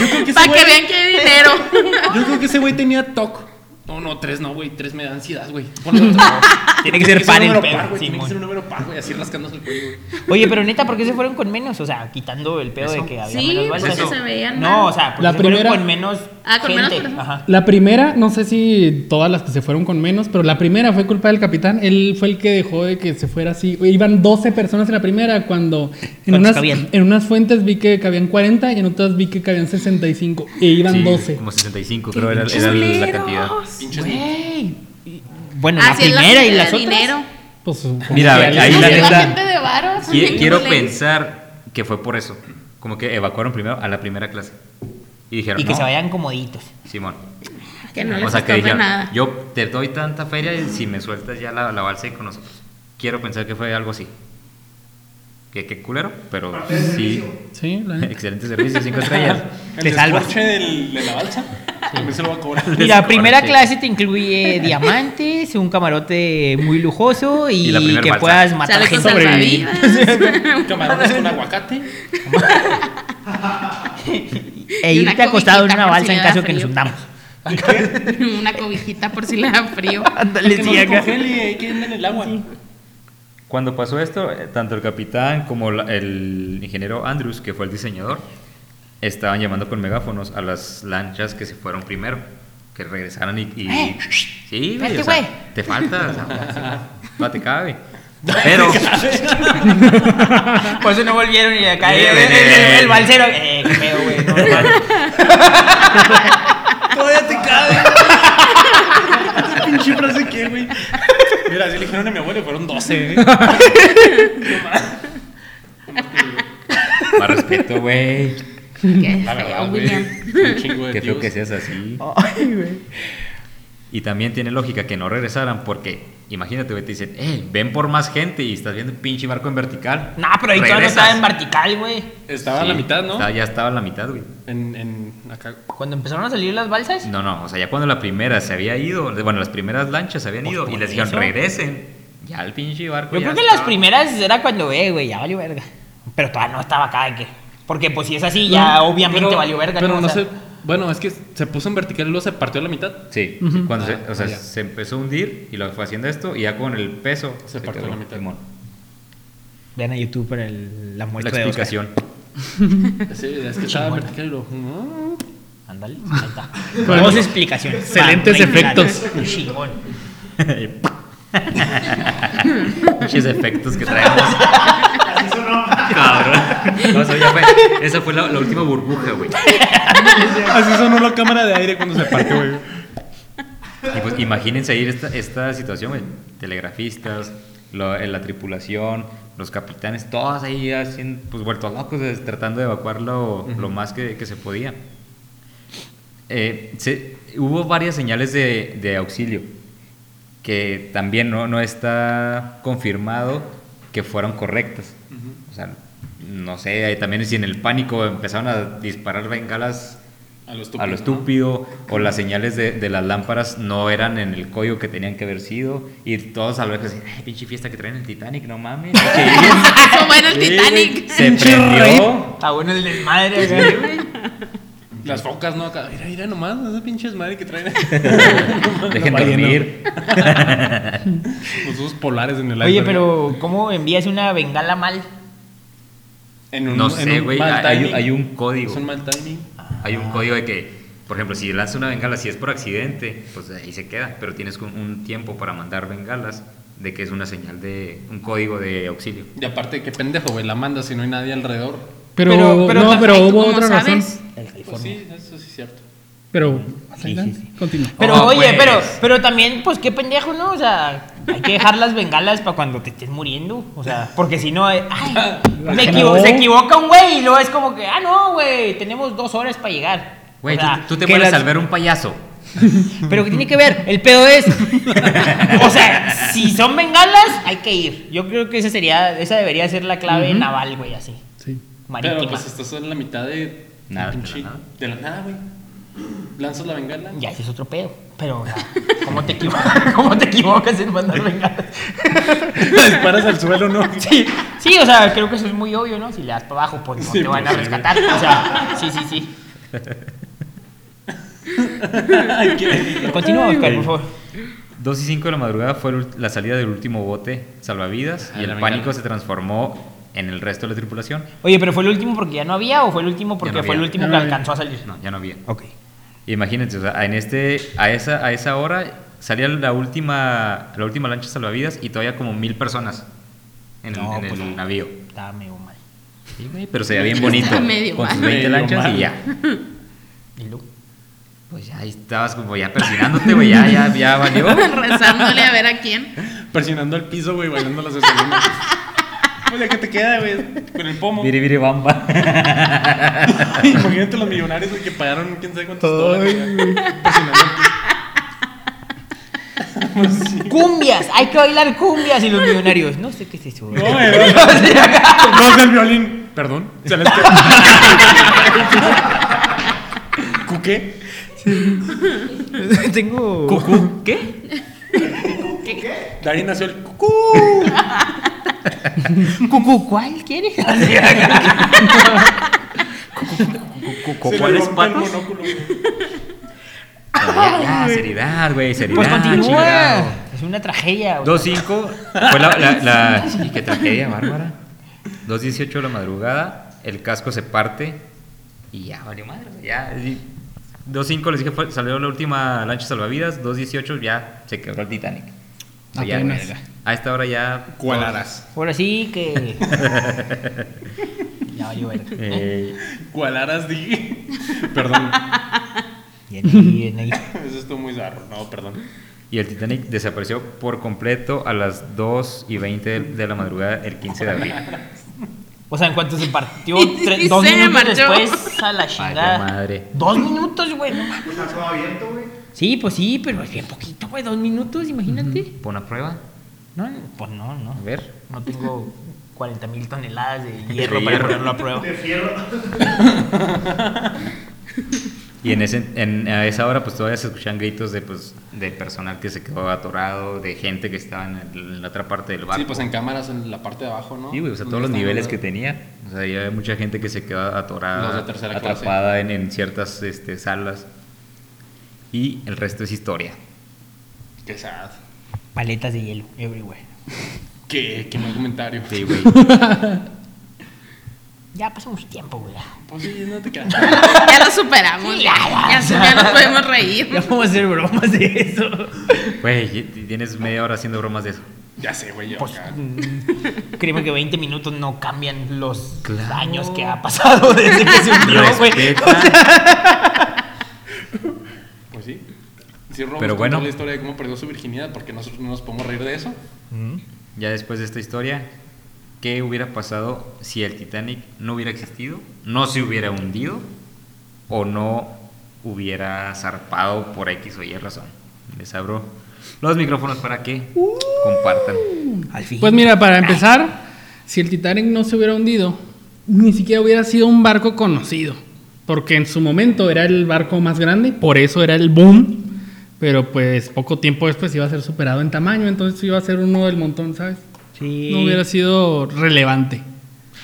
C: Yo creo que ese
D: Para que
C: güey-
D: vean que hay dinero.
C: Yo creo que ese güey tenía TOC. No, no, tres no, güey. Tres me da ansiedad, güey. Ponle otro.
B: Tiene que ser
C: un
B: par el
C: número
B: pedo,
C: par, güey. Tiene que
B: Simón.
C: ser un número par, güey. Así rascándose el cuello, güey.
B: Oye, pero neta, ¿por qué se fueron con menos? O sea, quitando el pedo de que había
D: Sí,
B: menos
D: pues
B: balsas.
D: eso se veían
B: No,
D: mal.
B: o sea, ¿por qué
F: La
B: se
F: primera-
B: fueron con menos
D: Ah, con menos
B: gente?
D: personas.
B: Ajá.
F: La primera, no sé si todas las que se fueron con menos, pero la primera fue culpa del capitán. Él fue el que dejó de que se fuera así. Iban 12 personas en la primera cuando en,
B: ¿Cuántos
F: unas,
B: cabían?
F: en unas fuentes vi que cabían 40 y en otras vi que cabían 65 e iban
A: Sí,
F: 12.
A: Como 65, creo era, era la cantidad.
B: Güey. Y- Bueno, la
D: Así Ah, es
B: primera y
D: gente
B: las
D: de
B: otras.
D: dinero.
F: Pues,
A: Mira, a
F: como
A: ver,
F: que
A: ahí
F: alguien-
A: la
D: Así es
A: neta-
D: gente de varos.
A: Qui- quiero
D: Híjole.
A: pensar que fue por eso. Como que evacuaron primero a la primera clase. Y dijeron,
B: Y que
A: "No,
B: se vayan comoditos.
A: Simón.
D: Que no les
A: o sea, que
D: estorbe
A: dijeron,
D: nada.
A: yo te doy tanta feria y si me sueltas ya la, la balsa y con nosotros. Quiero pensar que fue algo así. Que, que culero, pero sí.
F: Sí, la neta.
A: Excelente servicio, cinco estrellas.
C: El
B: Te salvas.
C: descorche del- de la balsa. También se lo va a cobrar.
B: Y la primera
A: corte.
B: clase te incluye diamantes, un camarote muy lujoso y,
A: Y la primer
B: que
A: balsa.
B: puedas matar
D: Sale con
B: gente.
D: salvavidas.
C: Camarones con aguacate.
B: E
D: Y una
B: irte acostado en una
D: cobijita por
B: balsa
D: si
B: en
D: le da
B: caso que nos
D: frío.
B: hundamos.
D: Una cobijita por si le da frío.
B: Ándale,
C: que
B: sí,
C: no se
B: acá.
C: congele, hay que andar en el agua.
A: Cuando pasó esto, eh, tanto el capitán como la- el ingeniero Andrews, que fue el diseñador, estaban llamando con megáfonos a las lanchas que se fueron primero, que regresaran y... y-
B: Eh,
A: sí,
B: espérate,
A: o sea,
B: güey.
A: te falta, o sea, no te cabe. Pero...
B: Por eso no volvieron y acá
A: Bien,
B: el, el,
A: bien,
B: el-
A: bien.
B: el balsero. Eh, qué feo, güey. no, no, no.
C: Todavía te cabe. Esa pinche frase que, güey. Mira, así le dijeron a mi abuelo y fueron 12, güey.
A: Más respeto, güey.
D: Qué
A: La verdad,
D: feo,
A: güey.
D: William.
C: Un chingo de
A: Qué feo
C: tíos.
A: que seas así. Y también tiene lógica que no regresaran porque, imagínate, güey, te dicen, eh, ven por más gente y estás viendo un pinche barco en vertical.
B: No, pero ahí todavía no
A: Regresas.
B: estaba en vertical, güey.
C: Estaba a la
A: Sí,
C: mitad, ¿no?
A: estaba- ya estaba a la mitad, güey.
C: En, en acá.
B: Cuando empezaron a salir las balsas.
A: No, no, o sea, ya cuando la primera se había ido, bueno, las primeras lanchas se habían
B: Pues,
A: ido y
B: por
A: les dijeron,
B: eso.
A: regresen. Ya el pinche barco.
B: Yo
A: ya
B: creo que
A: estaba-
B: las primeras era cuando, eh, güey, ya valió verga. Pero todavía no estaba acá de que. Porque pues si es así, ya
C: No,
B: obviamente
C: pero-
B: valió verga.
C: Pero
B: O
C: no,
B: sea,
C: sé. Bueno, es que se puso en vertical y luego se partió a la mitad.
A: Sí,
F: Ujú.
A: cuando se,
C: Ah,
A: o sea,
C: ya.
A: se empezó a hundir y lo fue haciendo esto y ya con el peso
C: Se partió
A: quedó,
C: la mitad.
A: Simón.
B: Vean a YouTube para el- la
A: La
B: muestra de Oscar.
A: explicación.
C: Sí, es que estaba en vertical y luego. "Mm".
B: Ándale, ahí está.
F: Bueno,
B: Dos explicaciones.
F: excelentes
B: Para revelar.
F: efectos.
B: Chingón.
A: Pinches efectos que traemos. Cabrón. No, eso ya fue, esa fue la, la última burbuja, güey.
C: Así sonó la cámara de aire cuando se partió, güey.
A: Y pues imagínense ahí esta, esta situación, güey. Telegrafistas, lo- eh, la tripulación, los capitanes, todos ahí haciendo, pues vueltos locos, eh, tratando de evacuar lo, lo más que, que se podía. Eh, se- hubo varias señales de, de auxilio que también no, no está confirmado que fueron correctas. O sea, no sé, ahí también si en el pánico empezaron a disparar bengalas
C: A lo
A: a lo estúpido, o las señales de, de las lámparas no eran en el código que tenían que haber sido, y todos a lo lejos así, "Ay, pinche fiesta que traen el Titanic, no mames.
D: Eso fue en el Titanic.
A: Se prendió.
B: Está bueno el desmadre, güey.
C: Las focas, ¿no? Acá. Mira, mira nomás, esas pinches madre que traen.
A: Dejen
C: No,
A: dormir.
C: Los dos polares en el
B: Oye,
C: iceberg.
B: pero ¿cómo envías una bengala mal?
C: En
A: No
C: en
A: sé, güey,
C: mal
A: hay-
C: timing.
A: hay un código.
C: Es un mal timing.
A: Hay un código de que, por ejemplo, si lanza una bengala, si es por accidente, pues ahí se queda, pero tienes un, un tiempo para mandar bengalas, de que es una señal de, un código de auxilio.
C: Y aparte, qué pendejo, güey, la manda si no hay nadie alrededor.
F: Pero,
B: Pero- pero
F: no,
B: la-
F: pero
D: ¿y tú
F: hubo
D: cómo
F: otra
D: sabes?
F: razón.
B: El
C: Pues
B: California.
C: sí, eso sí es cierto.
F: Pero,
B: Sí, sí, sí.
F: continúa.
B: Pero
A: Oh,
B: oye,
A: pues.
B: pero, pero también, pues qué pendejo, ¿no? O sea, hay que dejar las bengalas para cuando te estés muriendo. O sea, porque si no, eh, ay, me equivo-
F: No.
B: se equivoca un güey y luego es como que, ah, no, güey, tenemos dos horas para llegar.
A: Güey,
B: O sea,
A: tú, tú te
B: que
A: puedes
B: las-
A: al ver un payaso.
B: Pero ¿qué tiene que ver? El pedo es. O sea, si son bengalas, hay que ir. Yo creo que esa sería, esa debería ser la clave naval, güey, así.
F: Sí.
B: Marítima.
C: Pero pues estás en la mitad de.
A: Nada, de
C: pinche-
A: la nada.
C: de la nada, güey. Lanzas la bengala.
B: Ya, ese es otro pedo. Pero, o sea, ¿cómo te equivocas, ¿cómo te equivocas en mandar bengalas?
C: La disparas al suelo, ¿no?
B: Sí, sí, o sea, creo que eso es muy obvio, ¿no? Si le das para abajo, pues no
C: Sí,
B: te van a
C: pues,
B: rescatar. O sea, sí, sí, sí.
C: Ay, qué bonito.
B: Continúa, Oscar, por favor.
A: 2 y 5 de la madrugada fue el ult- la salida del último bote salvavidas
C: Ah,
A: y
C: la
A: el
C: venganza.
A: pánico se transformó en el resto de la tripulación.
B: Oye, pero fue el último porque ya no había o fue el último porque
A: no
B: fue el
A: había.
B: último
F: Ya
B: que
F: no había.
B: alcanzó a salir.
A: No, ya no había.
B: Ok.
A: Imagínense, o sea, en este, a, esa, a esa hora salía la última, la última lancha salvavidas y todavía como mil personas en el,
B: No,
A: en el
B: pues no.
A: navío.
B: Está medio mal.
A: Sí, güey, pero se veía bien bonito.
D: Está medio
A: con sus
D: mal.
A: 20
C: Medio
A: lanchas
C: mal.
A: y ya.
B: ¿Y luego?
A: Pues ya ahí estabas como ya persinándote, güey, ya, ya, ya valió.
D: Rezándole a ver a quién.
C: Presionando al piso, güey, bailando las escaleras. Oye, ¿qué te queda, güey? Con el pomo.
A: Viri, viri, bamba.
C: Imagínate los millonarios, güey, que pagaron quién sabe cuántos
F: Ay,
C: dólares. güey. Presionando al piso.
B: ¡Cumbias! Hay que bailar cumbias y los millonarios. No sé qué es eso.
C: No, güey. No es el violín. Perdón. Celeste. ¿Cuqué?
B: Tengo. ¿Cucú? ¿Qué?
C: De ahí nació el cucú.
B: ¿Cucú? ¿Cuál quieres?
C: Se le rompe el monóculo. güey.
A: Ya, ya, seriedad, güey, seriedad.
B: Pues continúa.
A: chingado.
B: Es una tragedia. güey.
A: 2.5 fue la, la, la- sí, qué tragedia, bárbara. 2.18 de la madrugada, el casco se parte y ya valió madre. güey, Ya. y 2.5 les dije, fue- salió la última lancha salvavidas. 2.18 ya se quebró el Titanic. O sea, ya,
F: Apenas.
A: güey, a esta hora ya.
C: Cualaras.
B: Ahora sí que. ya va a llover.
A: Eh,
C: Cualaras dije. Perdón.
B: Bien, bien, bien.
C: Eso estuvo muy zarro. No, perdón.
A: y el Titanic desapareció por completo a las 2 y 20 de, de la madrugada el 15 de abril.
B: O sea, en cuanto se partió,
D: Y-
B: tre-
D: y
B: dos
D: se
B: minutos
D: marchó.
B: después a la chingada.
A: madre.
B: Dos minutos, güey. no mames.
G: Está todo abierto, güey.
B: Sí, pues sí, pero es bien poquito, güey. Dos minutos, imagínate.
A: Pon a prueba,
B: No, pues no, no.
A: a ver.
B: No tengo 40 mil toneladas de hierro
A: De
B: para
A: hierro.
B: ponerlo a prueba.
G: De fierro.
A: Y en ese, en, a esa hora pues todavía se escuchan gritos de, pues, de personal que se quedó atorado, de gente que estaba en, el- en la otra parte del barco.
C: Sí, pues en cámaras en la parte de abajo, ¿no?
A: Sí, güey, o sea, todos los niveles que tenía. O sea, ya había mucha gente que se quedó atorada,
C: Los de tercera clase.
A: atrapada en, en ciertas este, salas. Y el resto es historia.
C: Qué sad.
B: Paletas de hielo, everywhere.
C: Qué, qué mal comentario.
A: Sí, güey.
B: Ya pasamos tiempo, güey.
C: Pues sí, no te quedas.
D: Ya lo superamos. Ya, ya, ya nos podemos reír.
B: Ya vamos a hacer bromas de eso.
A: Güey, y- y tienes media hora haciendo bromas de eso.
C: Ya sé, güey. yo
B: Pues,
C: acá.
B: mm, créeme que 20 minutos no cambian los
A: Claro.
B: años que ha pasado desde que se hundió, güey.
A: Respeta.
C: Pues sí. Sí,
A: Pero
C: Rob, Pero
A: bueno.
C: bueno. la historia de cómo perdió su virginidad, porque nosotros no nos podemos reír de eso.
B: Mm.
A: Ya después de esta historia, ¿qué hubiera pasado si el Titanic no hubiera existido? ¿No se hubiera hundido? ¿O no hubiera zarpado por X o Y razón? Les abro los micrófonos para que compartan.
B: Al fin.
F: Pues mira, para empezar, si el Titanic no se hubiera hundido, ni siquiera hubiera sido un barco conocido. Porque en su momento era el barco más grande, por eso era el boom. Pero pues poco tiempo después iba a ser superado en tamaño, entonces iba a ser uno del montón, ¿sabes?
B: Sí.
F: No hubiera sido relevante.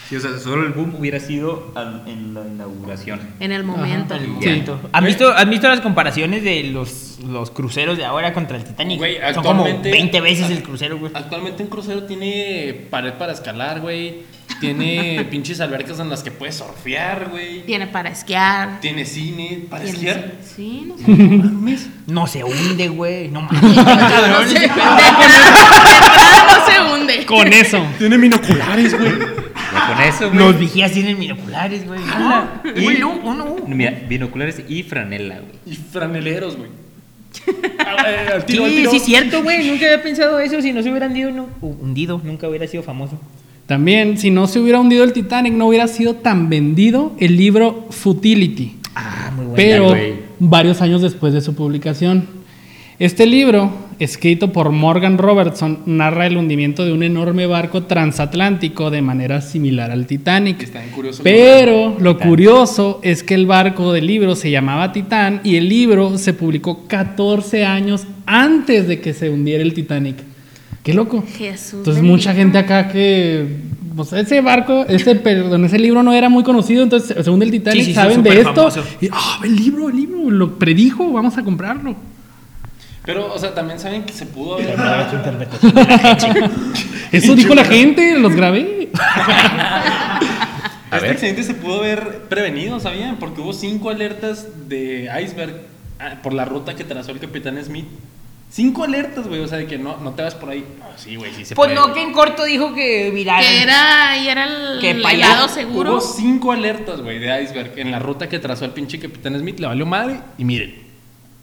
A: Sí, o sea, solo el boom hubiera sido al- en la inauguración.
D: En el momento.
B: Al
A: Sí.
B: momento. ¿Han visto, ¿Han visto las comparaciones de los, los cruceros de ahora contra el Titanic?
C: Güey,
B: Son como
C: actualmente-
B: 20 veces el crucero, güey.
C: Actualmente un crucero tiene pared para escalar, güey. Tiene pinches albercas en las que puedes surfear, güey.
D: Tiene para esquiar.
C: Tiene cine. ¿Para
D: tiene-
C: esquiar?
D: Sí, no sé.
B: No se hunde, güey. No mames. cabrón,
D: No se-
B: ese
D: de
B: pedo.
D: entrada no se hunde.
F: Con eso.
C: Tiene binoculares, güey.
A: Ya con eso, güey.
B: Los vigías tienen binoculares, güey. No,
A: Y-
B: uy, no, uno, uno.
A: Mira, binoculares y franela, güey.
C: Y franeleros, güey. Ah, güey, Al tiro, al
B: Sí,
C: tiro.
B: sí, cierto, güey. Nunca había pensado eso. Si no se hubieran hundido, no- u- hundido, nunca hubiera sido famoso.
F: También, si no se hubiera hundido el Titanic, no hubiera sido tan vendido el libro Futility.
B: Ah, muy bueno.
F: pero
A: güey.
F: varios años después de su publicación. Este libro, escrito por Morgan Robertson, narra el hundimiento de un enorme barco transatlántico de manera similar al Titanic.
C: Está bien curioso.
F: Pero lo
A: Titán.
F: curioso es que el barco del libro se llamaba Titán y el libro se publicó 14 años antes de que se hundiera el Titanic. Qué loco.
D: Jesús.
F: Entonces
D: bendito.
F: mucha gente acá que pues ese barco, ese, perdón, ese libro no era muy conocido, entonces según el Titanic
B: Sí, sí, sí,
F: saben de
B: súper
F: esto.
B: famoso.
F: Y, ah, el libro, el libro, lo predijo, vamos a comprarlo.
C: Pero, o sea, también saben que se pudo haber.
F: Eso dijo la gente, los grabé.
A: A
C: este
A: ver.
C: accidente se pudo haber prevenido, ¿sabían? Porque hubo cinco alertas de iceberg ah, por la ruta que trazó el capitán Smith. Cinco alertas, güey, o sea, de que no, no te vas por ahí. Ah, sí, güey, sí se
B: Pues
C: puede.
B: no, que en corto dijo que viral.
D: Que era, y era el
B: Que pa' allá
D: helado
C: Hubo
D: seguro.
C: cinco alertas, güey, de iceberg en la ruta que trazó el pinche capitán Smith. Le valió madre y miren.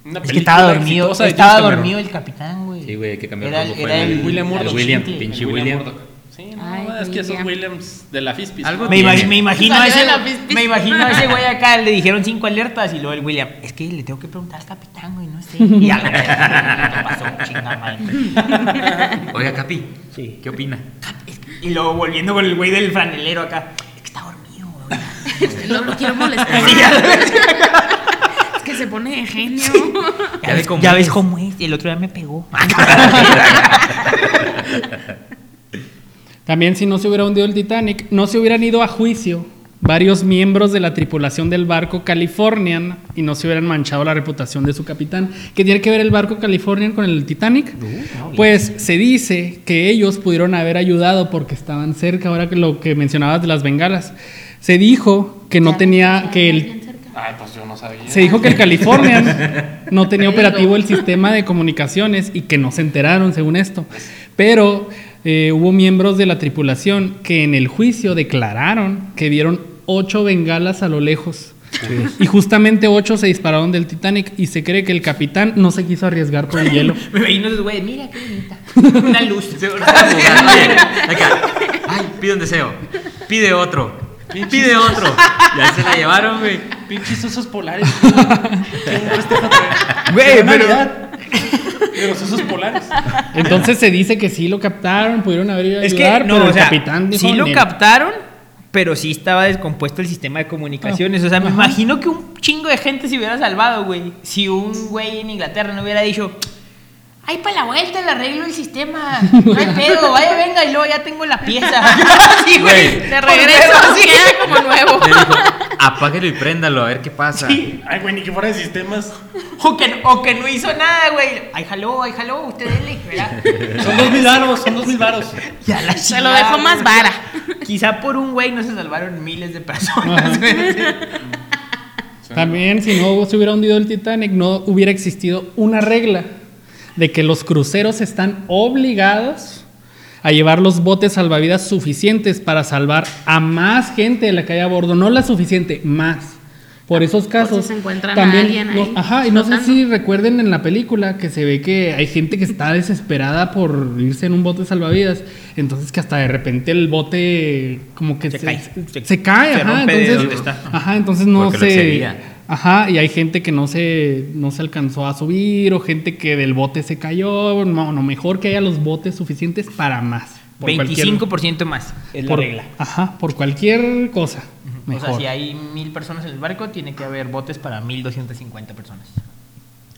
C: Una
B: Es que estaba
C: película
B: dormido,
C: exitosa de
B: estaba
C: James Cameron.
B: dormido el capitán, güey.
A: Sí, güey, hay que cambiar
B: Era,
A: el rumbo,
B: era
A: fue
B: el,
A: el
C: William
B: el
C: Murdoch.
A: William,
B: Shinty.
A: pinche
C: El
A: William.
C: Murdoch. Sí, no,
D: Ay,
C: es que esos
D: William.
C: Williams de la FISPIS.
A: Algo
C: ¿no?
B: Me,
A: tiene.
B: ima- me imagino a
D: Salió
B: ese,
D: de la pis- pis.
B: me imagino a ese güey acá, le dijeron cinco alertas y luego el William, es que le tengo que preguntar al capitán, güey, no sé. Y a la verga, ¿qué pasó? Chinga madre.
A: Oiga, Capi,
B: Sí.
A: ¿qué opina?
B: Y luego volviendo con el güey del franelero acá, es que está dormido, güey.
D: No lo quiero molestar.
B: Sí, ya
D: Es que se pone de genio.
A: Ya ves cómo
B: ya
A: es.
B: ves cómo es, Ah. el otro día me pegó.
F: También si no se hubiera hundido el Titanic, no se hubieran ido a juicio varios miembros de la tripulación del barco Californian y no se hubieran manchado la reputación de su capitán. ¿Qué tiene que ver el barco Californian con el Titanic? Pues se dice que ellos pudieron haber ayudado porque estaban cerca, ahora que lo que mencionabas de las bengalas. Se dijo que no tenía, que el
C: Ay, pues yo no sabía.
F: se dijo que el California no tenía operativo el sistema de comunicaciones y que no se enteraron según esto. Pero eh, hubo miembros de la tripulación que en el juicio declararon que vieron ocho bengalas a lo lejos. Y justamente ocho se dispararon del Titanic y se cree que el capitán no se quiso arriesgar por el hielo.
B: Me imagino esos güeyes, mira qué bonita. Una luz.
A: Ay, pide un deseo. Pide otro. Pide otro. Ya se la llevaron, güey.
C: Pinches osos polares. güey. Qué bueno este patrón.
A: Güey,
C: Qué
A: pero-
C: Navidad. De los osos polares.
F: Entonces se dice que sí lo captaron, pudieron haber ido a
B: Es
F: ayudar,
B: que no,
F: pero
B: o sea,
F: el capitán dijo,
B: sí lo
F: "Ni-
B: captaron, pero sí estaba descompuesto el sistema de comunicaciones. O sea, me imagino que un chingo de gente se hubiera salvado, güey. Si un güey en Inglaterra no hubiera dicho, ay, para la vuelta le arreglo el sistema. No hay pedo, vaya, venga, y luego ya tengo la pieza. sí, güey.
A: Güey.
D: Te regreso,
B: Por pedo, sí.
D: queda como nuevo.
A: Le dijo, apáguelo y préndalo, a ver qué pasa.
C: Ay, güey, ni que fuera de sistemas.
B: O que, no- o que no hizo nada, güey. Ay, jaló, ay, jaló, usted denle, ¿verdad?
C: Son dos mil varos, son dos mil varos.
B: Ya la
D: Se lo dejo más
B: vara.
D: vara.
B: Quizá por un güey no se salvaron miles de personas, güey.
F: También, si no se hubiera hundido el Titanic, no hubiera existido una regla de que los cruceros están obligados a llevar los botes salvavidas suficientes para salvar a más gente de la que hay a bordo. No la suficiente, más. Por esos casos.
D: Ah, si se encuentran a alguien
F: no-
D: ahí
F: ajá, y no sé
D: flotando.
F: si recuerden en la película que se ve que hay gente que está desesperada por irse en un bote salvavidas. Entonces, que hasta de repente el bote, como que
B: Se
F: se,
B: cae.
F: se- se cae.
B: Se
F: ajá,
B: rompe de
F: entonces,
B: donde está.
F: Ajá, entonces no
A: Porque lo
F: se.
A: excedía.
F: Ajá, y hay gente que no se, no se alcanzó a subir o gente que del bote se cayó. No, no, mejor que haya los botes suficientes para más. Por cualquier-
B: 25% más es la
F: por-
B: regla.
F: Ajá, por cualquier cosa. Mejor.
B: O sea, si hay mil personas en el barco, tiene que haber botes para 1250 personas.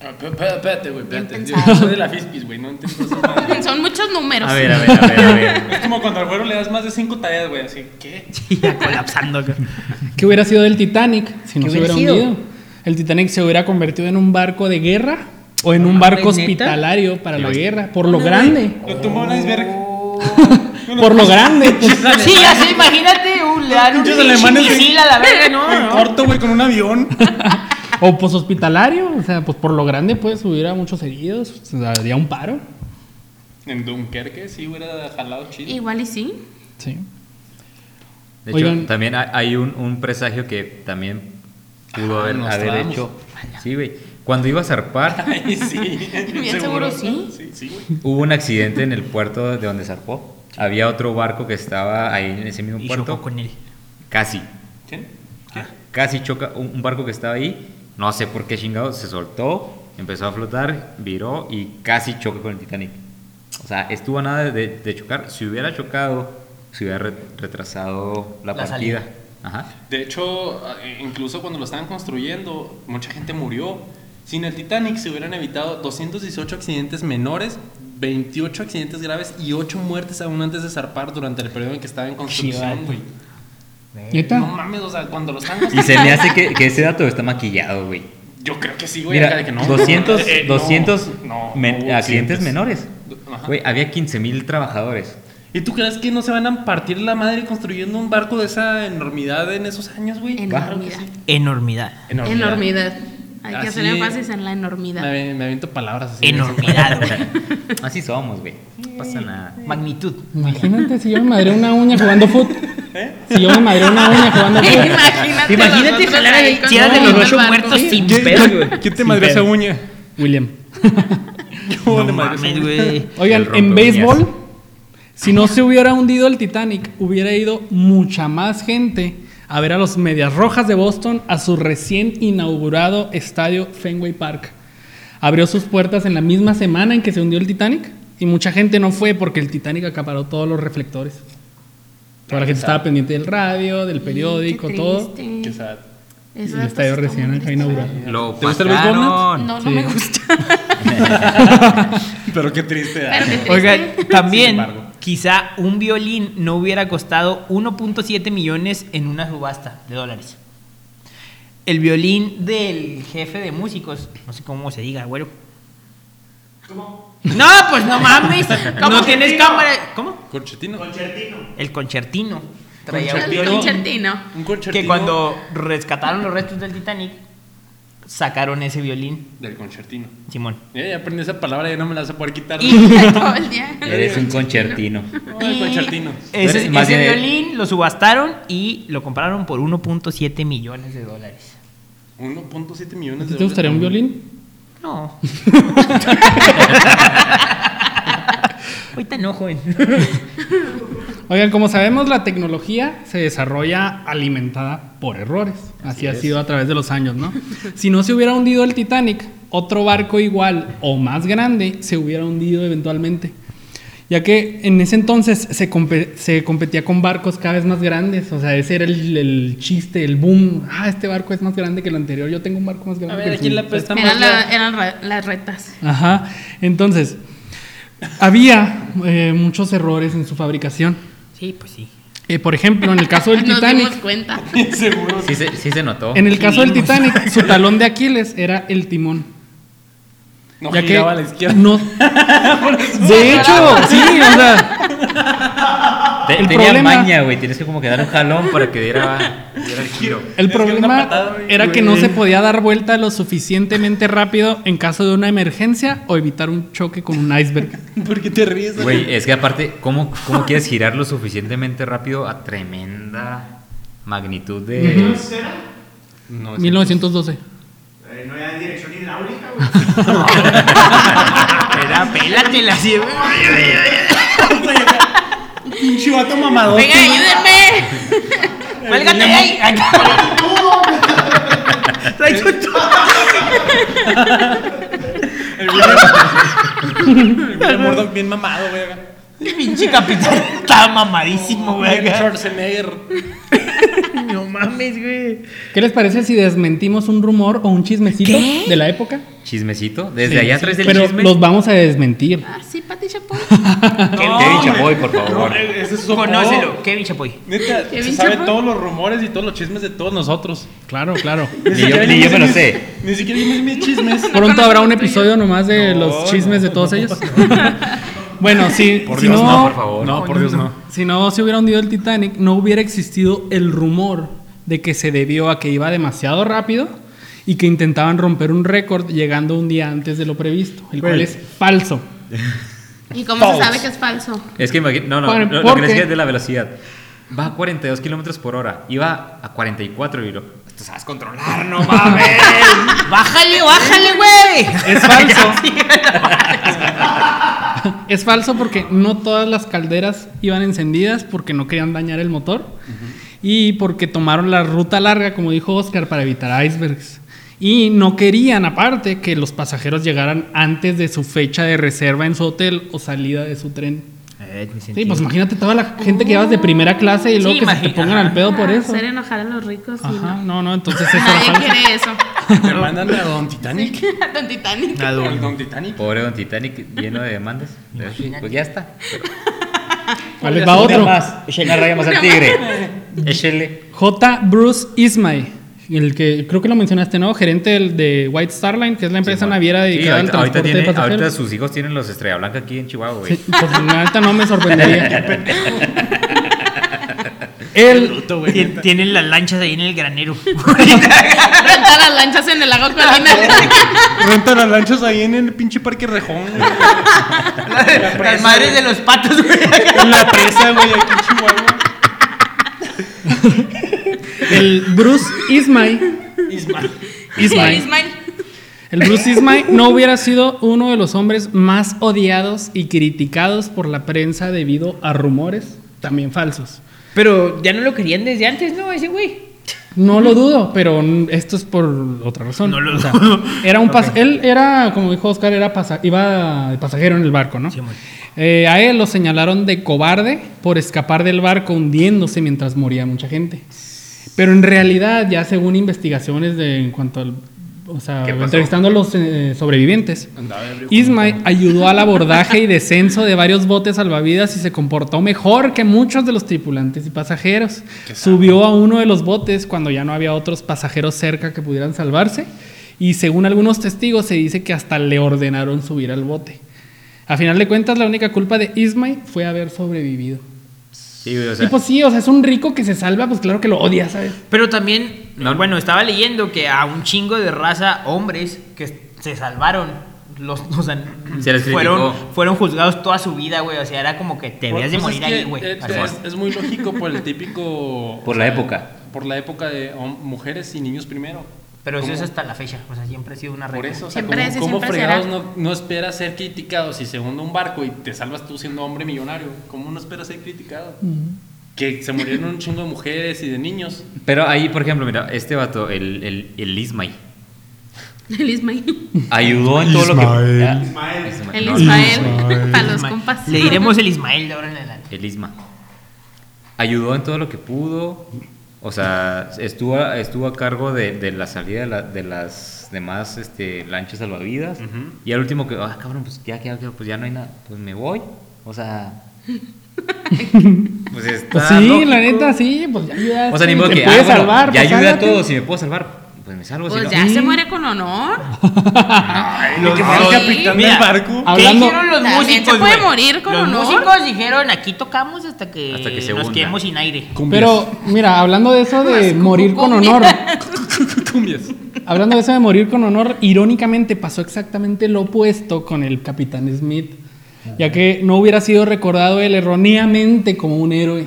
C: Ah, pe- pe- Espérate, güey, espérate. Yo
D: pensado.
C: soy de la FISPIS, güey, no entiendo esa madre.
D: Son muchos números.
A: A ver, a ver, a ver, a ver.
C: Es como cuando al güero le das más de cinco tareas, güey, así. ¿Qué?
B: Sí, ya colapsando. acá.
F: ¿Qué hubiera sido del Titanic si no
B: ¿Qué
F: se
B: hubiera
F: hubiera
B: sido?
F: hundido? El Titanic se hubiera convertido en un barco de guerra o en un
B: mames,
F: barco
B: Ah, ¿neta?
F: hospitalario para la guerra, por lo grande.
C: Lo tumbó un iceberg.
F: Por lo grande. pues.
B: sí, ya sé, imagínate, un, le dan un
C: Pinches
B: pinche
C: alemanes que-
B: misil a la verga,
C: En
B: ¿no?
C: corto, güey, con un avión.
F: O pues hospitalario, o sea, pues por lo grande pues hubiera muchos heridos, o sea, habría un paro.
C: En Dunkerque sí hubiera jalado chido.
D: Igual y sí.
F: Sí.
A: De hecho,
F: Oigan.
A: también hay- hay un, un presagio que también pudo
C: Ah,
A: haber,
C: nos
A: haber
C: trabamos.
A: hecho. Sí, güey. Cuando iba a zarpar,
C: Ay, sí.
D: Bien seguro, sí.
C: Sí, sí, güey.
A: hubo un accidente en el puerto de donde zarpó. Había otro barco que estaba ahí en ese mismo
B: Y
A: puerto.
B: chocó con él.
A: Casi.
C: ¿Quién?
A: Casi choca un, un barco que estaba ahí. No sé por qué chingado. Se soltó, empezó a flotar, viró y casi choca con el Titanic. O sea, estuvo a nada de, de chocar. Si hubiera chocado, se hubiera re- retrasado la,
B: La
A: partida.
B: salida.
A: Ajá.
C: De hecho, eh, incluso cuando lo estaban construyendo, mucha gente murió. Sin el Titanic se hubieran evitado 218 accidentes menores, 28 accidentes graves y 8 muertes aún antes de zarpar durante el periodo en que estaba en construcción,
B: Chivato.
C: güey.
B: Eh,
F: ¿Neta?
C: No mames, o sea, cuando los tangos.
A: Y se me hace que, que ese dato está maquillado, güey.
C: Yo creo que sí, güey. acá
A: Mira,
C: de que no.
A: 200,
C: Eh, no,
A: 200
C: no,
A: men- ah.
C: no hubo
A: accidentes menores.
C: Ajá.
A: Güey, había 15 mil trabajadores.
C: ¿Y tú crees que no se van a partir la madre construyendo un barco de esa enormidad en esos años, güey?
D: Enormidad.
B: Enormidad.
D: Enormidad. Hay
C: Así
D: que hacer
C: es.
D: énfasis en la
C: Me,
D: enormidad.
C: avi- me aviento palabras así.
B: Enormidad, güey.
A: Así somos, güey. No pasa nada.
B: Magnitud.
F: Imagínate si yo me madré una uña jugando fut. Si yo me madré una uña jugando fut.
D: Imagínate.
B: Imagínate
D: nosotros
B: jalar
D: ahí
B: ahí
D: con
B: si eras de
D: todo
B: los
D: el
B: ocho
D: barco.
B: muertos
D: Sí.
B: sin pedo, güey.
C: ¿Quién te
F: Sin madreó esa pedo.
C: uña?
F: William.
C: Yo
B: No
C: le madreo esa
B: mames,
C: uña.
B: güey.
A: El
F: Oigan,
A: rompe
F: en
A: uñas.
F: béisbol, si no se hubiera hundido el Titanic, hubiera ido mucha más gente a ver a los Medias Rojas de Boston a su recién inaugurado estadio Fenway Park. Abrió sus puertas en la misma semana en que se hundió el Titanic y mucha gente no fue porque el Titanic acaparó todos los reflectores. Toda la gente estaba pendiente del radio, del periódico,
D: Qué
F: todo.
D: triste.
C: Qué sad.
D: Eso
F: Y el
D: dato
F: estadio
D: está
F: recién
D: muy
F: acá
D: triste.
F: inaugurado.
A: Lo
C: ¿Te gusta el béisbol,
A: pasaron.
D: No, no me
F: Sí.
D: gusta.
C: Pero qué triste. ¿eh?
D: Pero qué
B: Oiga,
C: Este, Sin
B: también,
C: embargo.
B: quizá un violín no hubiera costado 1.7 millones en una subasta de dólares. El violín del jefe de músicos, no sé cómo se diga, güero. ¿Cómo? No, pues no mames. ¿Cómo tienes cámara? ¿Cómo?
C: Corchetino.
G: Concertino.
B: el concertino. Traía un
D: triste. El
B: violín
D: concertino.
C: Un concertino.
B: que cuando rescataron los restos del Titanic, sacaron ese violín,
C: Del concertino. Eh,
B: Simón.
C: Ya, ya aprendí esa palabra, ya no me la vas a poder quitar.
D: Y todo el día.
A: Eres un concertino.
C: No, el concertino.
A: Pero
B: Ese,
A: es más
B: ese
A: bien-
B: violín lo subastaron y lo compraron por 1.7 millones de dólares.
C: 1.7 millones de
F: ¿Te gustaría un violín?
B: No. Ahorita no, joven.
F: Oigan, como sabemos, la tecnología se desarrolla alimentada por errores. Así, ha sido a través de los años, ¿no? si no se hubiera hundido el Titanic, otro barco igual o más grande se hubiera hundido eventualmente. Ya que en ese entonces se, compe- se competía con barcos cada vez más grandes. O sea, ese era el, el chiste, el boom. Ah, este barco es más grande que el anterior. Yo tengo un barco más grande
C: A ver,
F: que el
C: aquí la
F: suyo.
C: pesta más
D: Eran, la-
C: la-
D: eran ra- las retas.
F: Ajá. Entonces, había eh, muchos errores en su fabricación.
B: Sí, pues sí.
F: Eh, por ejemplo, en el caso del
D: Nos dimos
F: Titanic,
D: cuenta.
C: Seguro.
A: Sí se, sí se notó.
F: en el caso del Titanic, su talón de Aquiles era el timón.
C: No
F: ya que
C: giraba a la izquierda.
F: no- de hecho, sí, o sea,
A: Te-
F: el
A: tenía
F: problema-
A: maña, güey. Tienes que como que dar un jalón para que diera, diera el giro.
F: el
C: Es que una
F: problema
C: patada, güey.
F: era que no se podía dar vuelta lo suficientemente rápido en caso de una emergencia o evitar un choque con un iceberg.
C: ¿Por qué te ríes?
A: Güey, es que aparte, ¿cómo, ¿cómo quieres girar lo suficientemente rápido a tremenda magnitud de.
G: ¿Entonces era?
C: No,
F: 1912.
G: Eh, no era dirección hidráulica, güey.
B: Era, pélatela, sí.
C: un chivato mamador.
D: Venga, ayúdenme.
B: Cuélgate de ahí. Ay, Traes un tubo.
C: El William- el William Murdoch bien mamado, güey. acá.
B: Pinche capitán. Estaba mamadísimo, güey.
C: Bien
B: acá.
C: Schwarzenegger.
B: No mames, güey.
F: ¿Qué les parece si desmentimos un rumor o un chismecito
D: ¿Qué?
F: de la época?
A: Chismecito. Desde
F: Sí,
A: allá
F: sí,
A: traes el
F: Pero
A: chisme.
F: los vamos a desmentir.
D: Ah, sí, Pati Chapoy.
A: Kevin Chapoy, por favor.
C: No,
F: eh,
C: ese es su
B: Conócelo, Kevin Chapoy.
C: Neta,
D: Qué
C: se
D: bien
C: sabe
D: chapón.
C: todos los rumores y todos los chismes de todos nosotros.
F: Claro, claro.
A: Ni yo-
C: siquiera
A: ni yo me lo
C: mis-
A: sé.
C: Ni siquiera yo me sé mis chismes.
F: Pronto habrá un
D: Conocimiento
F: episodio nomás de
C: No,
F: los chismes
C: no,
F: de todos
C: no.
F: ellos. bueno, si,
A: Por
F: si
A: Dios,
F: no,
A: no, por favor.
C: No, por Dios, no.
F: si no se hubiera hundido el Titanic, no hubiera existido el rumor de que se debió a que iba demasiado rápido y que intentaban romper un récord llegando un día antes de lo previsto, el cual
C: Güey.
F: es falso.
D: ¿Y cómo
C: False.
D: se sabe que es falso?
A: Es que imagínate, no, no,
F: Bueno,
A: lo, lo
F: ¿por
A: que les
F: qué?
A: dije es de la velocidad. Va a 42 kilómetros por hora, iba a 44 y lo. Tú sabes controlar, no mames.
B: Bájale, bájale, güey.
F: Es falso. es falso porque no todas las calderas iban encendidas porque no querían dañar el motor y porque tomaron la ruta larga, como dijo Oscar, para evitar icebergs. Y no querían, aparte, que los pasajeros llegaran antes de su fecha de reserva en su hotel o salida de su tren. Sí, pues imagínate toda la gente que llevas de primera clase y
B: Sí,
F: luego que se te
B: imagina-
F: pongan al pedo por
D: Ah,
F: eso.
D: Hacer enojar a los ricos. y
F: Ajá,
D: no.
F: no, no, entonces eso era
D: Nadie
F: falso.
D: quiere eso.
C: Te mandan a Don Titanic.
D: Don Titanic.
B: A
C: El
B: Don-
C: Don Titanic.
A: Pobre Don Titanic, lleno de demandas. Pues ya está.
F: ¿Cuál les va otro?
A: Échale una raya más al tigre. Échale.
F: J. Bruce Ismay, el que creo que lo mencionaste, ¿no? Gerente del- de White Star Line, que es la empresa
A: Sí,
F: naviera
A: bueno. Sí,
F: dedicada
A: ahorita,
F: al
A: ahorita
F: transporte
A: tiene-
F: de
A: ahorita
F: pasajeros.
A: sus hijos tienen los Estrella Blanca aquí en Chihuahua, güey.
F: Sí, pues la neta no me sorprendería. el,
B: Tien- Tienen las lanchas ahí en el granero.
D: Rentar las lanchas en el lago Colina.
C: Rentan las lanchas ahí en el pinche parque Rejón. güey.
B: las madres de los patos, güey.
C: En la presa, güey, aquí en Chihuahua.
F: el Bruce Ismay,
C: Ismael.
F: Ismay,
D: Ismael.
F: el Bruce Ismay no hubiera sido uno de los hombres más odiados y criticados por la prensa debido a rumores también falsos.
B: Pero ya no lo querían desde antes, ¿no? Ese güey.
F: No lo dudo, pero n- esto es por otra razón.
B: No lo
F: O sea,
B: dudo.
F: Era un pas- él era, como dijo Oscar, era pasa- iba de pasajero en el barco, ¿no?
B: Sí, amor.
F: Eh, a él lo señalaron de cobarde por escapar del barco hundiéndose mientras moría mucha gente. Pero en realidad, ya según investigaciones de en cuanto al, o sea,
A: ¿Qué pasó?
F: entrevistando a los eh, sobrevivientes, Ismay ayudó al abordaje y descenso de varios botes salvavidas y se comportó mejor que muchos de los tripulantes y pasajeros. Subió a uno de los botes cuando ya no había otros pasajeros cerca que pudieran salvarse y según algunos testigos se dice que hasta le ordenaron subir al bote. A final de cuentas la única culpa de Ismay fue haber sobrevivido.
A: Sí, güey, o sea,
F: y pues sí, o sea, es un rico que se salva, pues claro que lo odia, ¿sabes?
B: Pero también, bueno, estaba leyendo que a un chingo de raza, hombres que se salvaron, los, o sea,
A: Se les
B: fueron,
A: criticó.
B: fueron juzgados toda su vida, güey. O sea, era como que te debías de
C: Pues
B: morir
C: es
B: ahí,
C: que,
B: güey.
C: eh,
B: Así
C: Es,
B: es.
C: es muy lógico por el típico.
A: Por la época.
C: Por la época de hom- mujeres y niños primero.
B: Pero eso
C: ¿Cómo?
B: es hasta la fecha, o sea, siempre ha sido una regla.
C: Por eso, o sea,
D: Siempre
C: ¿cómo,
D: es y
C: cómo
D: siempre
C: fregados
D: será.
C: no, no esperas ser criticado si se hunde un barco y te salvas tú siendo hombre millonario? ¿Cómo no esperas ser criticado? Que se murieron un chingo de mujeres y de niños.
A: Pero ahí, por ejemplo, mira, este vato, el, el, el Ismael,
D: El Ismael.
A: ayudó en todo lo que. Ah,
G: Ismael.
D: El
A: no,
D: Ismael. Para los
B: Ismael.
D: compas.
B: Le diremos el Ismael de ahora en adelante.
A: El Isma. Ayudó en todo lo que pudo. O sea, estuvo, estuvo a cargo de, de la salida de, la- de las demás este, lanchas salvavidas. Y al último que, ah, cabrón, pues ya, ya, ya, pues ya no hay nada. Pues me voy. O sea. pues está.
F: Pues sí,
A: lógico.
F: la neta, sí, pues ya ayuda.
A: O sea, ni modo
F: te
A: que.
F: puedes
A: ah, bueno,
F: salvar.
A: ya
F: pues,
A: ayuda a
F: sálvate.
A: todos. Si me puedo salvar, pues me salvo. si
D: Pues
A: no-
D: ya se muere con honor.
C: Lo que fue el
D: sí.
C: capitán
B: Mira,
C: del barco.
F: ah,
B: ¿Qué
F: Hablando-
B: dijeron los
D: También
B: músicos?
D: se puede
B: güey?
D: morir con
B: los
D: honor.
B: músicos dijeron, aquí tocamos hasta que,
A: Hasta que se
B: nos
A: hunda".
B: quedemos sin aire.
F: Pero mira, hablando de eso de morir con
D: cumbias.
F: honor,
C: Cumbias.
F: hablando de eso de morir con honor, irónicamente pasó exactamente lo opuesto con el capitán Smith, ya que no hubiera sido recordado él erróneamente como un héroe.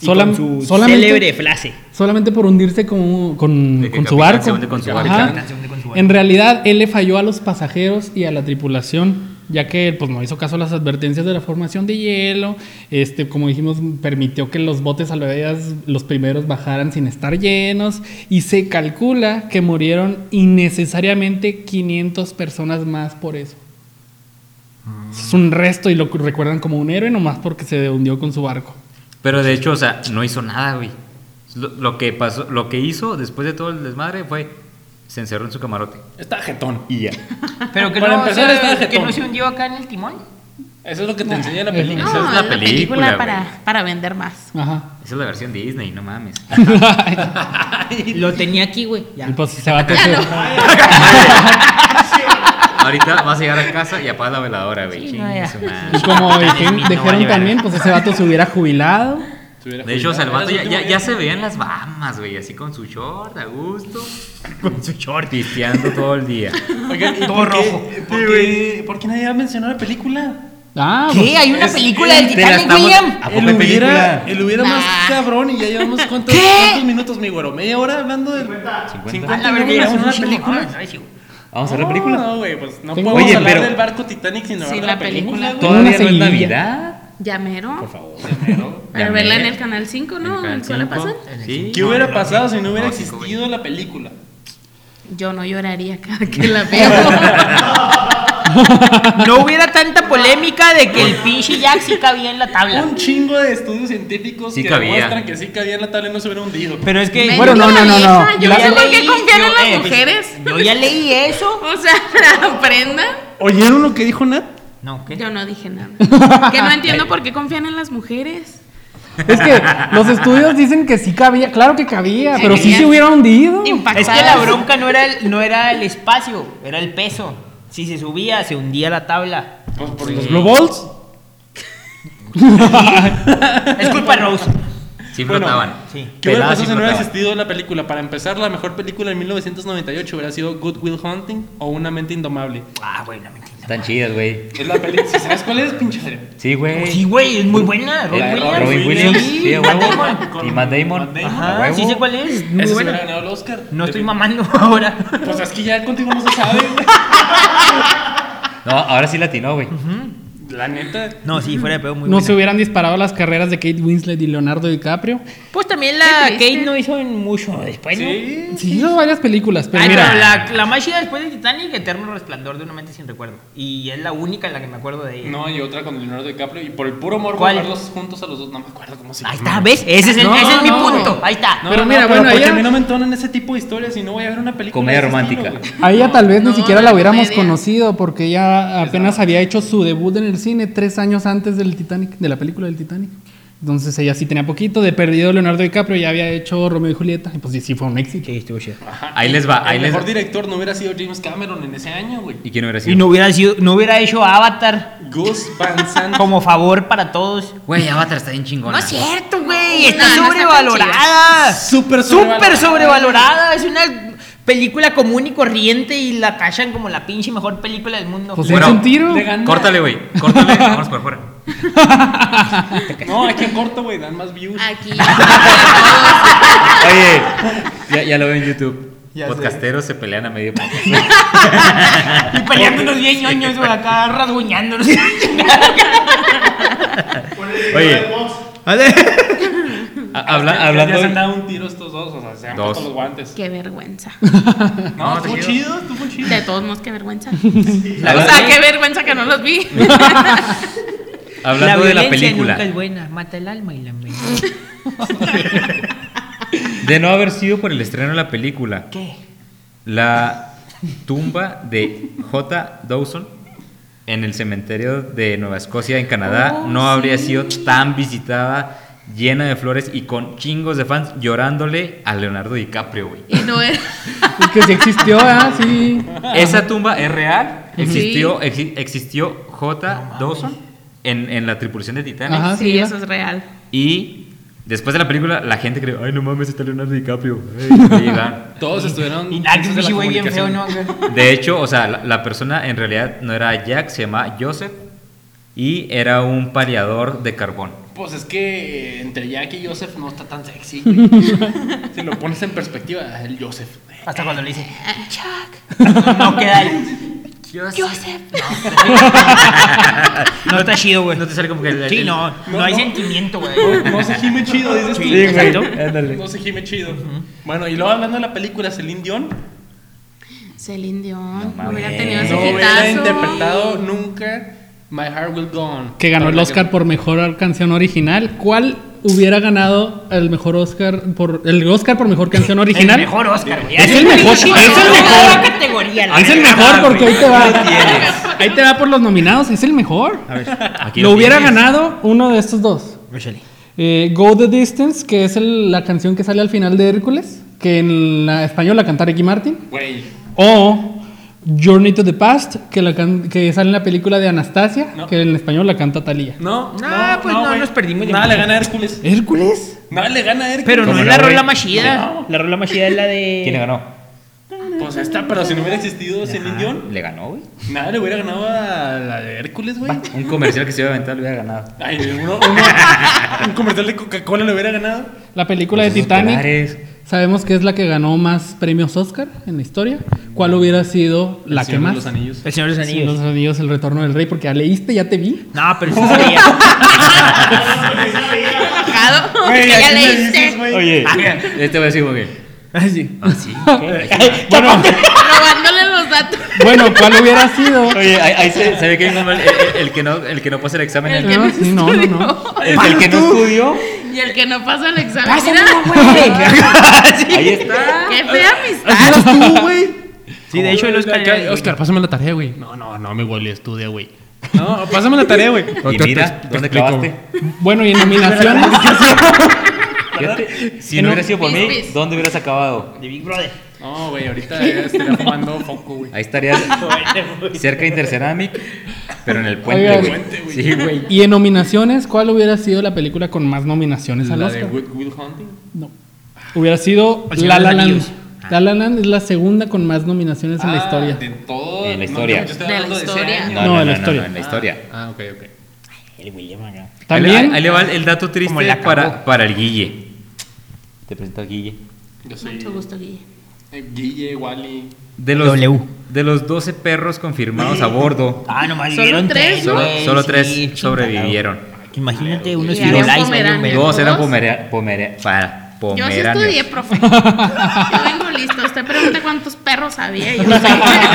B: Y
F: Solam-
B: con su célebre
F: solamente,
B: frase.
F: solamente por hundirse con, con,
A: De que
F: con
A: el
F: su
A: capitán
F: barco.
A: se hunde con su barco.
F: Ajá.
A: El capitán
B: se hunde con su barco.
F: En realidad, él le falló a los pasajeros y a la tripulación, ya que pues, no hizo caso a las advertencias de la formación de hielo. Este, como dijimos, permitió que los botes salvavidas los primeros bajaran sin estar llenos. Y se calcula que murieron innecesariamente 500 personas más por eso.
B: Ah.
F: Es un resto y lo recuerdan como un héroe nomás porque se hundió con su barco.
A: Pero de hecho, o sea, no hizo nada, güey. Lo, lo que pasó, lo que hizo después de todo el desmadre fue se encerró en su camarote.
C: Está jetón.
A: Y ya.
B: Pero que,
C: Para
B: no,
C: empezar,
B: se-
C: está de
B: que no
C: jetón.
B: se hundió acá en el timón.
C: Eso es lo que te enseña la
F: eso
C: película.
D: No,
A: Esa es la
D: es la
A: película,
D: película para, para vender más.
F: Ajá.
A: Esa es la versión Disney, no mames.
B: Lo tenía aquí, güey. ya. Ah,
F: Y pues se va a tener-
A: Ahorita vas a llegar a casa y apagas la veladora, güey.
B: Sí, no,
A: Chingue
B: ya.
A: su madre.
F: Y como
A: Capitán
F: dijeron-
A: Smith no va a
F: dijeron
A: llegar.
F: también, pues ese vato se hubiera jubilado.
C: Se hubiera
A: De hecho, o sea, el
C: jubilado.
A: vato
C: Era
A: ya,
C: su
A: ya,
C: último
A: ya
C: día.
A: se veía en las Bahamas, güey, así con su short, a gusto. Con su short. Pisteando todo el día.
C: Oigan, ¿y
B: Todo
C: por qué-
B: rojo.
C: ¿por qué, por qué nadie ha mencionado la película?
F: Ah,
B: ¿Qué? ¿Hay una
C: Es-
B: película
C: es-
B: del
A: te la
B: Titanic,
A: estamos-
B: William?
A: ¿A poco
C: El
A: hay
C: hubiera,
A: película?
C: el hubiera
D: Nah.
C: más cabrón y ya llevamos cuántos, cuántos minutos, mi güero. Media hora hablando de
A: 50.
C: 50
B: A Ah, la
C: minutos
B: verga, ya
C: de
B: somos
C: una
B: un chingo.
C: película.
B: Vámonos, a ver si-
A: Vamos a ver la película.
C: No, güey, pues no
F: Oye,
C: podemos hablar
A: pero-
C: del barco Titanic sin hablar
D: Sí,
C: de la
D: la
C: película.
D: película,
C: güey.
F: Una
A: Todavía no es
F: seguidilla.
A: Navidad.
D: Ya mero.
A: Por favor.
D: Pero verla en el canal 5, ¿no?
A: En el
D: ¿Cuál la
A: cinco.
D: pasan?
A: Sí.
C: ¿Qué hubiera pasado si no hubiera
A: No, cinco,
C: existido la película?
D: Yo no lloraría cada que la veo.
B: Ah, No hubiera tanta polémica de que el pinche Jack sí cabía en la tabla.
C: Un chingo de estudios científicos
A: Sí
C: que
A: cabía.
C: demuestran que sí cabía en la tabla y no se hubiera hundido.
B: Pero es que.
D: Me
F: Bueno,
D: dijo
F: no,
D: la
F: no, no,
D: vieja,
F: no.
D: Yo
F: La-
D: no sé por qué
B: leí,
D: confiar
B: yo-
D: en las
B: eh,
D: mujeres.
B: Yo ya leí eso.
D: O sea, aprenda.
C: ¿Oyeron lo que dijo Nat?
B: No, ¿qué?
D: Yo no dije nada. Que no entiendo por qué confían en las mujeres.
F: Es que los estudios dicen que sí cabía, claro que cabía, pero sí se
D: Cabía.
F: hubiera hundido.
B: Es
D: Impactadas.
B: que la bronca no era, el, no era el espacio, era el peso. Si se subía, se hundía la tabla.
C: Pues por
F: ¿Los
C: los
F: Blue Balls?
B: Es culpa de Rose.
A: Sí
C: Bueno.
A: flotaban.
B: Sí.
C: ¿Qué hubiera
A: Peladas
C: pasado
A: sí
C: si no hubiera
A: flotaban.
C: existido la película? Para empezar, la mejor película de 1998 hubiera sido Good Will Hunting o Una mente indomable.
B: Ah, güey, no me entiendo.
A: Están chidas, güey.
C: Es la película. ¿Sabes cuál es, pinche?
A: Sí,
F: Eh,
A: güey.
B: Sí, güey, es muy buena. Robin
A: La de
B: Williams.
A: Robin Williams. Sí, a
B: Matt
A: huevo.
B: Damon.
A: Y Matt Damon.
B: Ajá,
A: A huevo.
B: sí sé cuál es. Muy
C: Ese se hubiera
B: buena.
C: ganado el Oscar.
B: No estoy mamando ahora.
C: Pues es que ya contigo no se sabe.
A: No, ahora sí latinó, güey.
C: la neta.
B: No, sí, fuera de pedo, muy
F: No
B: buena.
F: se hubieran disparado las carreras de Kate Winslet y Leonardo DiCaprio.
B: Pues también la
D: Qué triste.
B: Kate no hizo en mucho después, ¿no?
C: Sí.
F: Sí, hizo varias películas, pero
B: Ay,
F: Pues mira.
B: pero Ah, la, la más chida después de Titanic, Eterno Resplandor de una mente sin recuerdo. Y es la única en la que me acuerdo de ella.
C: No, y otra con Leonardo DiCaprio. Y por el puro morbo
B: ¿Cuál?
C: verlos juntos a los dos. No me acuerdo cómo se
B: Ahí
C: llama.
B: está, ¿ves? Ese es, el,
F: No,
B: ese es mi
F: no,
B: punto.
F: güey.
B: Ahí está.
C: No,
F: Pero
C: no,
F: mira,
C: no,
F: bueno,
C: porque
F: ella-
C: a mí no me entonan ese tipo de historias y no voy a ver una película.
A: Comedia
C: de ese
A: romántica.
C: estilo, güey.
F: A ella tal vez
D: No,
F: ni siquiera la
D: era
F: hubiéramos
D: comedia.
F: conocido porque ella apenas había hecho su debut en el cine tres años antes del Titanic, de la película del Titanic. Entonces ella sí tenía poquito, de perdido Leonardo DiCaprio ya había hecho Romeo y Julieta, y pues sí fue un éxito.
B: Sí, estuvo chido.
C: Ajá.
A: Ahí les va, ahí
C: el
A: les
C: mejor
A: va.
C: director no hubiera sido James Cameron en ese año, güey.
A: ¿Y quién hubiera sido?
B: Y no hubiera, sido, no hubiera hecho Avatar
C: Gus Van Sant.
B: como favor para todos.
A: Güey, Avatar está bien chingona.
D: No es cierto,
B: Güey,
D: güey.
B: está
D: No, no tan
B: sobrevalorada. Súper
C: Súper sobrevalorada.
B: sobrevalorada. Es una película común y corriente y la tachan como la pinche mejor película del mundo.
F: Pues
A: Bueno,
F: es un tiro.
C: le ganó.
A: Córtale, güey. Córtale. Vamos para afuera.
C: No, aquí en corto, güey, dan más views.
D: chido. Aquí.
A: Oye, ya, ya lo veo en YouTube. Podcasteros se pelean a medio podcast.
B: Y peleándonos bien ñoños, güey, acá rasguñándonos.
G: Ponle
A: Oye.
G: el box.
A: Ha- habla-
C: Ya-
A: hablando.
C: Ya se
A: de-
C: han dado un tiro estos dos, o sea, se han
A: Dos.
C: puesto los guantes.
D: Qué vergüenza.
A: No,
C: No, estuvo
A: está
C: chido, estuvo chido.
D: De todos modos, qué vergüenza. O sea,
A: Hablando-
D: qué vergüenza que no los vi.
A: Hablando de la
B: violencia
A: película.
B: nunca es buena, mata el alma y la mente.
A: De no haber sido por el estreno de la película,
B: ¿Qué?
A: la tumba de J. Dawson en el cementerio de Nueva Escocia, en Canadá, no habría sido tan visitada, llena de flores y con chingos de fans llorándole a Leonardo DiCaprio, güey.
D: Y no era.
F: Es que sí existió, ah, sí.
A: Esa tumba es real.
D: Sí.
A: Existió, exi- existió J. Dawson en, en la tripulación de Titanic.
F: Ajá. Ah, sí,
D: Sí,
F: iba.
D: eso es real.
A: Y después de la película, la gente creyó, ay, no mames, está Leonardo DiCaprio. Ay, ahí va.
C: Todos estuvieron.
B: Y nada, que un
C: tensos de la
B: pinche güey bien feo,
C: comunicación.
B: ¿no?
A: De hecho, o sea, la, la persona en realidad no era Jack, se llamaba Joseph y era un paliador de carbón.
C: Pues es que eh, entre Jack y Joseph no está tan sexy. güey. si lo pones en perspectiva, el Joseph.
B: Hasta cuando le dice,
D: Ah, Chuck,
B: no queda ahí.
D: Joseph.
B: No está chido, güey.
A: No te sale como que el-
B: Sí,
A: el-
B: no,
C: No,
B: no hay
C: no.
B: sentimiento, güey.
C: No se gime chido, dices tú.
B: Sí, güey. Exacto.
A: Ándale.
C: No se gime chido. Bueno, y luego hablando de la película, Celine Dion
D: Celine Dion.
A: mames.
D: hubiera tenido ese
C: no hubiera
D: hitazo.
C: interpretado nunca My Heart Will Go On.
F: Que ganó el Oscar por mejor canción original. ¿Cuál hubiera ganado el mejor Oscar por el Oscar por mejor canción original?
B: El mejor Oscar, güey.
F: Es el mejor,
B: pinche
F: es el
B: Oscar,
F: mejor.
B: otra categoría, la
F: Ah, Es el
B: verdad,
F: mejor porque
B: güey.
F: ahí te va. Ahí te va por los nominados, es el mejor.
A: Aquí
F: Lo hubiera
A: tienes.
F: ganado uno de estos dos.
B: Échale.
F: Eh, Go the Distance, que es el- la canción que sale al final de Hércules, que en la español la canta Ricky Martin.
C: Güey.
F: O Journey to the Past, que, la can- que sale en la película de Anastasia,
C: No.
F: que en español la canta Talía.
C: No,
B: Nah, pues no,
C: güey.
B: nos perdimos de
C: Nada le
B: mucho.
C: gana a Hércules.
F: ¿Hércules?
C: Nada le gana a Hércules.
B: Pero no
A: Como
B: es
A: la
B: la
A: güey.
B: rola más chida. La rola más chida es la de.
A: ¿Quién le ganó?
C: Pues esta, pero si no hubiera existido Celine Dion,
A: Le ganó, güey.
C: nada le hubiera ganado a la de Hércules, güey.
A: Un comercial que se iba a aventar le hubiera ganado.
C: Ay, uno, uno, un comercial de Coca-Cola le hubiera ganado.
F: La película
A: Los
F: de Titanic.
A: estelares.
F: Sabemos que es la que ganó más premios Oscar en la historia. ¿Cuál hubiera sido la que
C: Señor de
F: más?
C: Los anillos.
B: El Señor de los
F: Sí, Los
B: Anillos.
F: Anillos, El Retorno del Rey, porque ya leíste, ya te vi.
B: No, pero sí sabía.
D: Enojado,
C: Güey,
D: que ya
C: ¿a quién le
D: leíste.
C: dices, güey?
A: Ah, Este voy a decir como que.
F: Ah, sí.
A: Ah, sí.
F: Bueno,
D: robándole los datos.
F: Bueno, ¿cuál hubiera sido?
A: Oye, ahí, ahí se, se ve que hay un hombre, el, el- el que no, el que no pasa el examen,
D: El
A: el,
D: que no,
F: No, sí, no, no,
D: estudió.
F: no.
A: el- el que no estudió.
D: Y el que no pasa el examen.
B: Pásamelo,
D: Mira,
A: Ahí está.
D: ¡Qué fea amistad!
F: Así eras tú, güey.
B: Sí, de hecho, el Oscar.
F: Acá,
B: era-
F: Oscar, pásame la tarea, güey. No, no, no me huele, estudia, güey. No, pásame la tarea, güey.
A: Y
F: Te-
A: mira,
F: te
A: ¿dónde
F: explico.
A: clavaste?
F: Bueno, y en nominaciones.
A: Fíjate, si no hubiera sido por
D: Pis,
A: mí,
D: pis.
A: ¿dónde hubieras acabado?
B: De Big Brother.
C: No, güey, ahorita ya estaría fumando foco, güey.
A: Ahí estarías cerca de Interceramic, pero en el
F: Oigan.
A: puente, güey. Sí, güey.
F: y en nominaciones, ¿cuál hubiera sido la película con más nominaciones al
C: La de
F: Oscar?
C: Good Will Hunting.
F: No. Hubiera sido
B: El Señor
F: La
B: de
F: La
B: los
F: Land.
B: Anillos.
F: La La Land es la segunda con más nominaciones en la
C: Ah,
F: historia.
C: De todo.
A: En la historia.
C: yo estoy
D: De la
C: hablando ese
D: historia.
C: año.
F: No, en la historia. Ah,
A: en la historia.
C: Ah, ok, ok.
F: También
A: Ahí, le- ahí le va el dato
B: Como
A: triste
B: la acabó.
A: para, para el Guille. Te presento a Guille.
C: Yo soy
D: Mucho gusto, Guille.
C: eh, Guille, Wally.
A: De los,
B: W.
A: de los 12 perros confirmados a bordo,
B: Ah, nomás
D: Solo
B: vivieron
D: tres,
B: tres.
D: ¿no?
A: solo,
B: güey,
A: solo
B: sí,
A: tres
B: chingado.
A: sobrevivieron.
B: Imagínate unos
D: Y había un
B: Firulais.
D: Pomerania.
A: Dos eran
D: ¿Dos?
A: pomerea, pomerea, para,
D: Yo sí
A: pomeranios.
D: estudié, profe. Yo vengo listo. Usted pregunta cuántos perros había. y Yo sé.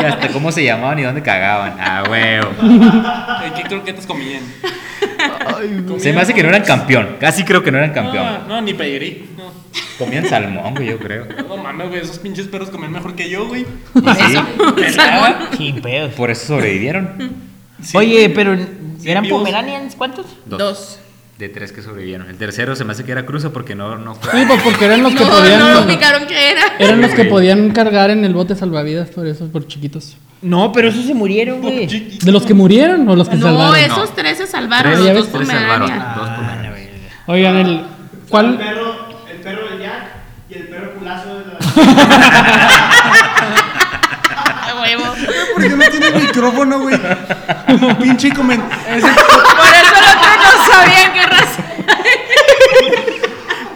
A: y hasta cómo se llamaban y dónde cagaban. Ah, huevo.
C: Eh, ¿Qué croquetas comían?
A: Se me hace que no eran campeón. Casi creo que no eran
C: No,
A: campeón.
C: no, ni pedigrí. No.
A: Comían salmón, güey, yo creo.
C: No mames, güey, esos pinches perros comían mejor que yo, güey.
A: Y sí,
D: Salmón.
B: Sin pedos.
A: por eso sobrevivieron.
C: Sí.
B: Oye, pero ¿eran
C: vivos.
B: Pomeranians cuántos?
D: Dos.
A: De tres que sobrevivieron. El tercero se me hace que era cruza porque no, no fue.
F: Sí, pues porque eran los que
D: No,
F: podían.
D: no lo ubicaron que era.
F: Eran los que
A: Sí.
F: podían cargar en el bote salvavidas, por eso, por chiquitos.
B: No, pero esos se murieron, güey.
F: ¿De los que murieron o los que
D: No,
F: salvaron?
D: esos tres se salvaron.
A: Tres,
D: los
F: ya
D: dos
F: ves,
A: tres
D: Pomerania.
A: salvaron. Dos pomeranios.
F: Oigan, el.
G: El
F: ¿Cuál?
G: perro, el perro del Jack y el perro culazo de la.
D: A Ah, huevo.
E: ¿Por qué no tiene micrófono, güey? Pinche comentario.
D: Por eso los otros no sabían qué razón.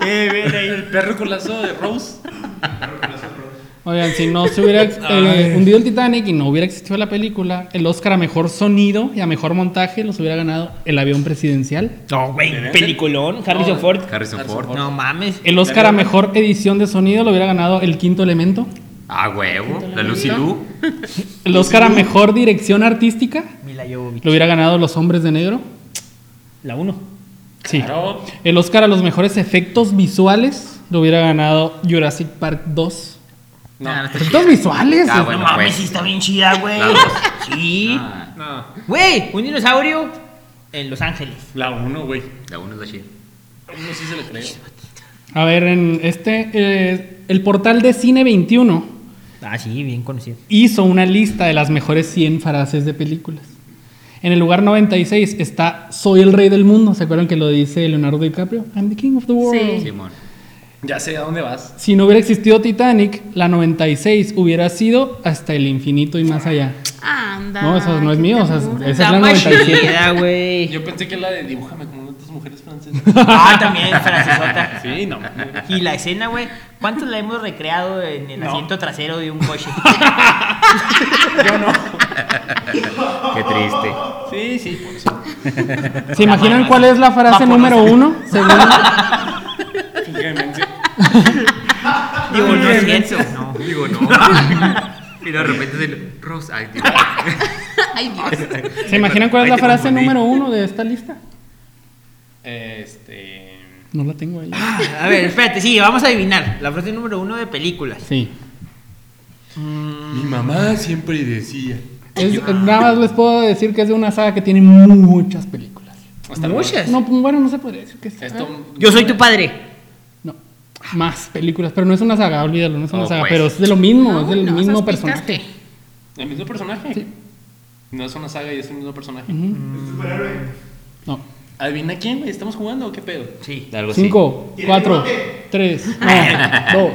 G: Eh, ven ahí.
C: El perro colazo de Rose.
F: Oigan, si no se hubiera eh, hundido el Titanic y no hubiera existido la película, el Oscar a mejor sonido y a mejor montaje los hubiera ganado el avión presidencial.
B: No, güey. Peliculón. Harrison Ford.
A: Harrison Ford.
B: No mames.
F: El Oscar a mejor edición de sonido lo hubiera ganado el quinto elemento.
A: Ah, huevo. La Lucy Lu.
F: El Oscar a mejor dirección artística
B: Mila Jovovich.
F: lo hubiera ganado los hombres de negro.
B: La uno.
F: Sí.
C: Claro.
F: El Oscar a los mejores efectos visuales lo hubiera ganado Jurassic Park 2.
B: Nah, Ah, no está chida.
F: Efectos visuales.
A: Ah,
F: es-
A: bueno,
B: no mames,
A: pues.
B: sí está bien chida, güey.
A: La dos.
B: Sí.
A: Ah,
C: No.
B: Güey, un dinosaurio en Los Ángeles.
C: La uno, güey.
A: La uno es la chida.
C: La uno sí se le creo.
F: A ver, en este, eh, el portal de Cine 21
B: Ah, sí, bien conocido.
F: hizo una lista de las mejores 100 frases de películas. En el lugar 96 está Soy el rey del mundo. ¿Se acuerdan que lo dice Leonardo DiCaprio? I'm the king of the world.
D: Sí.
A: Simón.
C: Ya sé a dónde vas.
F: Si no hubiera existido Titanic, la 96 hubiera sido hasta el infinito y más allá.
D: Anda.
F: No, eso no es
D: qué
F: mío, o sea,
D: ternura.
F: esa es
B: Está
F: la
B: más
F: 97.
B: chida, güey.
C: Yo pensé que la de dibújame como una de tus mujeres francesas.
B: Ah, también, francesota.
C: Sí, no. mames.
B: Y la escena, güey, ¿cuántos la hemos recreado en el asiento trasero de un coche?
A: Qué triste.
C: Sí, sí, por eso.
F: ¿Se imaginan cuál es la frase
B: Bajo
F: número
B: los-
F: uno? Según-
C: Finge demencia.
B: Digo, no es cierto, no.
A: Digo, no. Y de repente es el Rose. Ay, tío.
D: Ay, Dios.
F: ¿Se imaginan cuál es
A: Ahí
F: la
A: te
F: frase
A: confundí.
F: número uno de esta lista?
C: Este.
F: No la tengo ahí.
B: A ver, espérate, sí, vamos a adivinar. La frase número uno de películas.
F: Sí.
C: Mi mamá siempre decía.
F: Es- nada más les puedo decir que es de una saga que tiene muchas películas.
C: Hasta
B: Muchas. Ah.
F: No, pues, bueno, no se podría decir que sí.
C: Esto.
B: Yo soy tu padre.
F: No. Más películas, pero no es una saga, olvídalo, no es una
A: Oh,
F: saga,
A: pues.
F: pero es de lo mismo,
D: No,
F: es del
D: no,
F: mismo
D: sospechaste.
F: personaje.
C: El mismo personaje. No es una saga y es el mismo personaje.
G: El superhéroe.
F: No.
C: ¿Adivina quién, güey? ¿Estamos jugando o qué pedo?
B: Sí.
A: Algo así.
F: Cinco,
G: ¿Tiene
F: cuatro,
G: bigote?
F: tres, no, dos,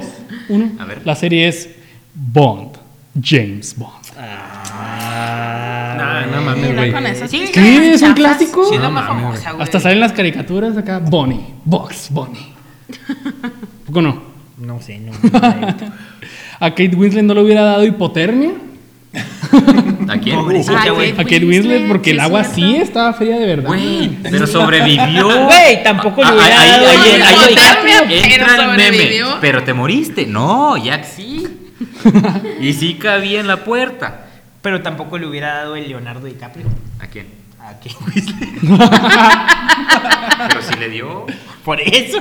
F: uno.
A: A ver.
F: La serie es Bond, James Bond.
A: Ah,
C: Nah, no
D: Mira, con eso sí.
F: ¿Qué? ¿Es un
D: Chafas.
F: clásico?
B: Sí, es la más famosa, güey.
F: Hasta salen las caricaturas acá, Bonnie, Box, Bonnie. ¿Poco no?
B: No sé, no. no la he visto.
F: A Kate Winslet no le hubiera dado hipotermia.
A: ¿A quién?
B: Pobrecita,
D: Ay,
B: güey.
F: A Kate Winslet porque el
D: Ah, sí,
F: agua
D: cierto.
F: sí estaba fría de verdad.
A: Güey, pero sobrevivió.
B: Güey, tampoco le
A: Ah,
B: hubiera
A: ahí-
B: dado
A: ahí-
B: el
A: ahí-
B: bote.
A: ahí-
D: Hipotermia, pero
A: entra el
D: sobrevivió.
A: pero te moriste. No, Jack sí. y sí cabía en la puerta.
B: Pero tampoco le hubiera dado el Leonardo DiCaprio.
A: ¿A quién?
B: ¿A Ken Weasley?
A: Pero sí le dio.
B: Por eso.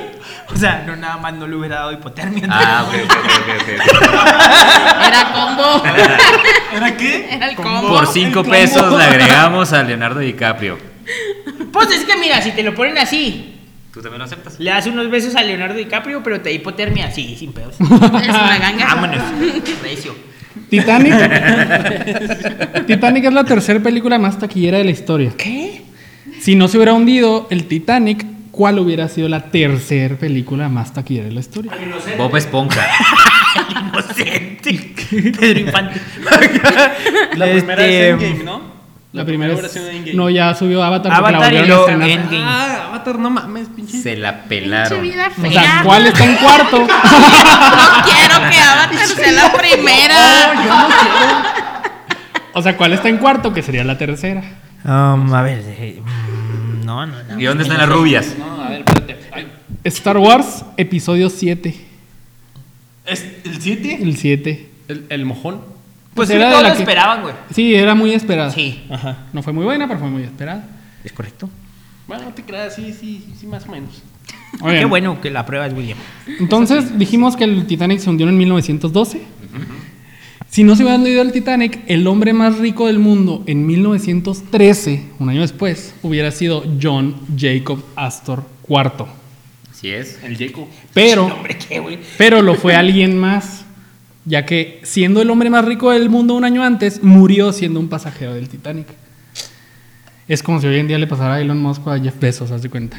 B: O sea, no nada más no le hubiera dado hipotermia.
A: Ah, ok, ok, ok, ok, ok.
D: Era combo.
C: ¿Era qué?
D: Era el combo.
A: Por 5 pesos le agregamos a Leonardo DiCaprio.
B: Pues es que mira, si te lo ponen así,
A: ¿Tú también lo aceptas?
B: le das unos besos a Leonardo DiCaprio, pero te da hipotermia. Sí, sin pedos.
D: Es una ganga.
B: Vámonos. Recio.
F: Titanic. Titanic es la tercera película más taquillera de la historia.
B: ¿Qué?
F: Si no se hubiera hundido el Titanic, ¿cuál hubiera sido la tercera película más taquillera de la historia?
A: Bob Esponja.
B: El inocente. Pedro Infante.
C: La primera
B: Este, um,
C: es Endgame, ¿no?
F: La primera es...
C: versión de Endgame.
F: No, ya subió Avatar. porque la
B: Avatar y
F: volvieron a
B: luego
F: estrenar.
B: Endgame.
C: Ah, Avatar, no mames, pinche.
A: Se la
D: Pinche
A: pelaron.
D: vida
F: O sea,
D: fea.
F: ¿cuál está en cuarto?
D: No quiero que Avatar sea la primera.
F: O sea, ¿cuál está en cuarto? Que sería la tercera.
B: Um, a ver, eh, mm, no, no, no.
A: ¿Y dónde están las rubias?
C: No, a ver, espérate. Ay,
F: Star Wars, episodio 7.
C: ¿es ¿El 7?
F: El 7.
C: El, el mojón.
B: Pues sí,
F: era de
B: todos
F: la
B: lo
F: que-
B: esperaban, güey.
F: Sí, era muy esperada.
B: Sí.
F: Ajá. No fue muy buena, pero fue muy esperada.
B: ¿Es correcto?
C: Bueno, no te creas, sí, sí, sí, más o menos.
F: Muy bien.
B: Ah, Qué bueno que la prueba es William.
F: Entonces dijimos que el Titanic se hundió en 1912. Si no se hubiera hundido el Titanic, el hombre más rico del mundo en 1913, un año después, hubiera sido John Jacob Astor IV.
A: Así es.
C: El Yeco.
F: Pero,
B: Hombre, qué, güey.
F: pero lo fue alguien más, ya que siendo el hombre más rico del mundo un año antes, murió siendo un pasajero del Titanic. Es como si hoy en día le pasara a Elon Musk o a Jeff Bezos, haz de cuenta.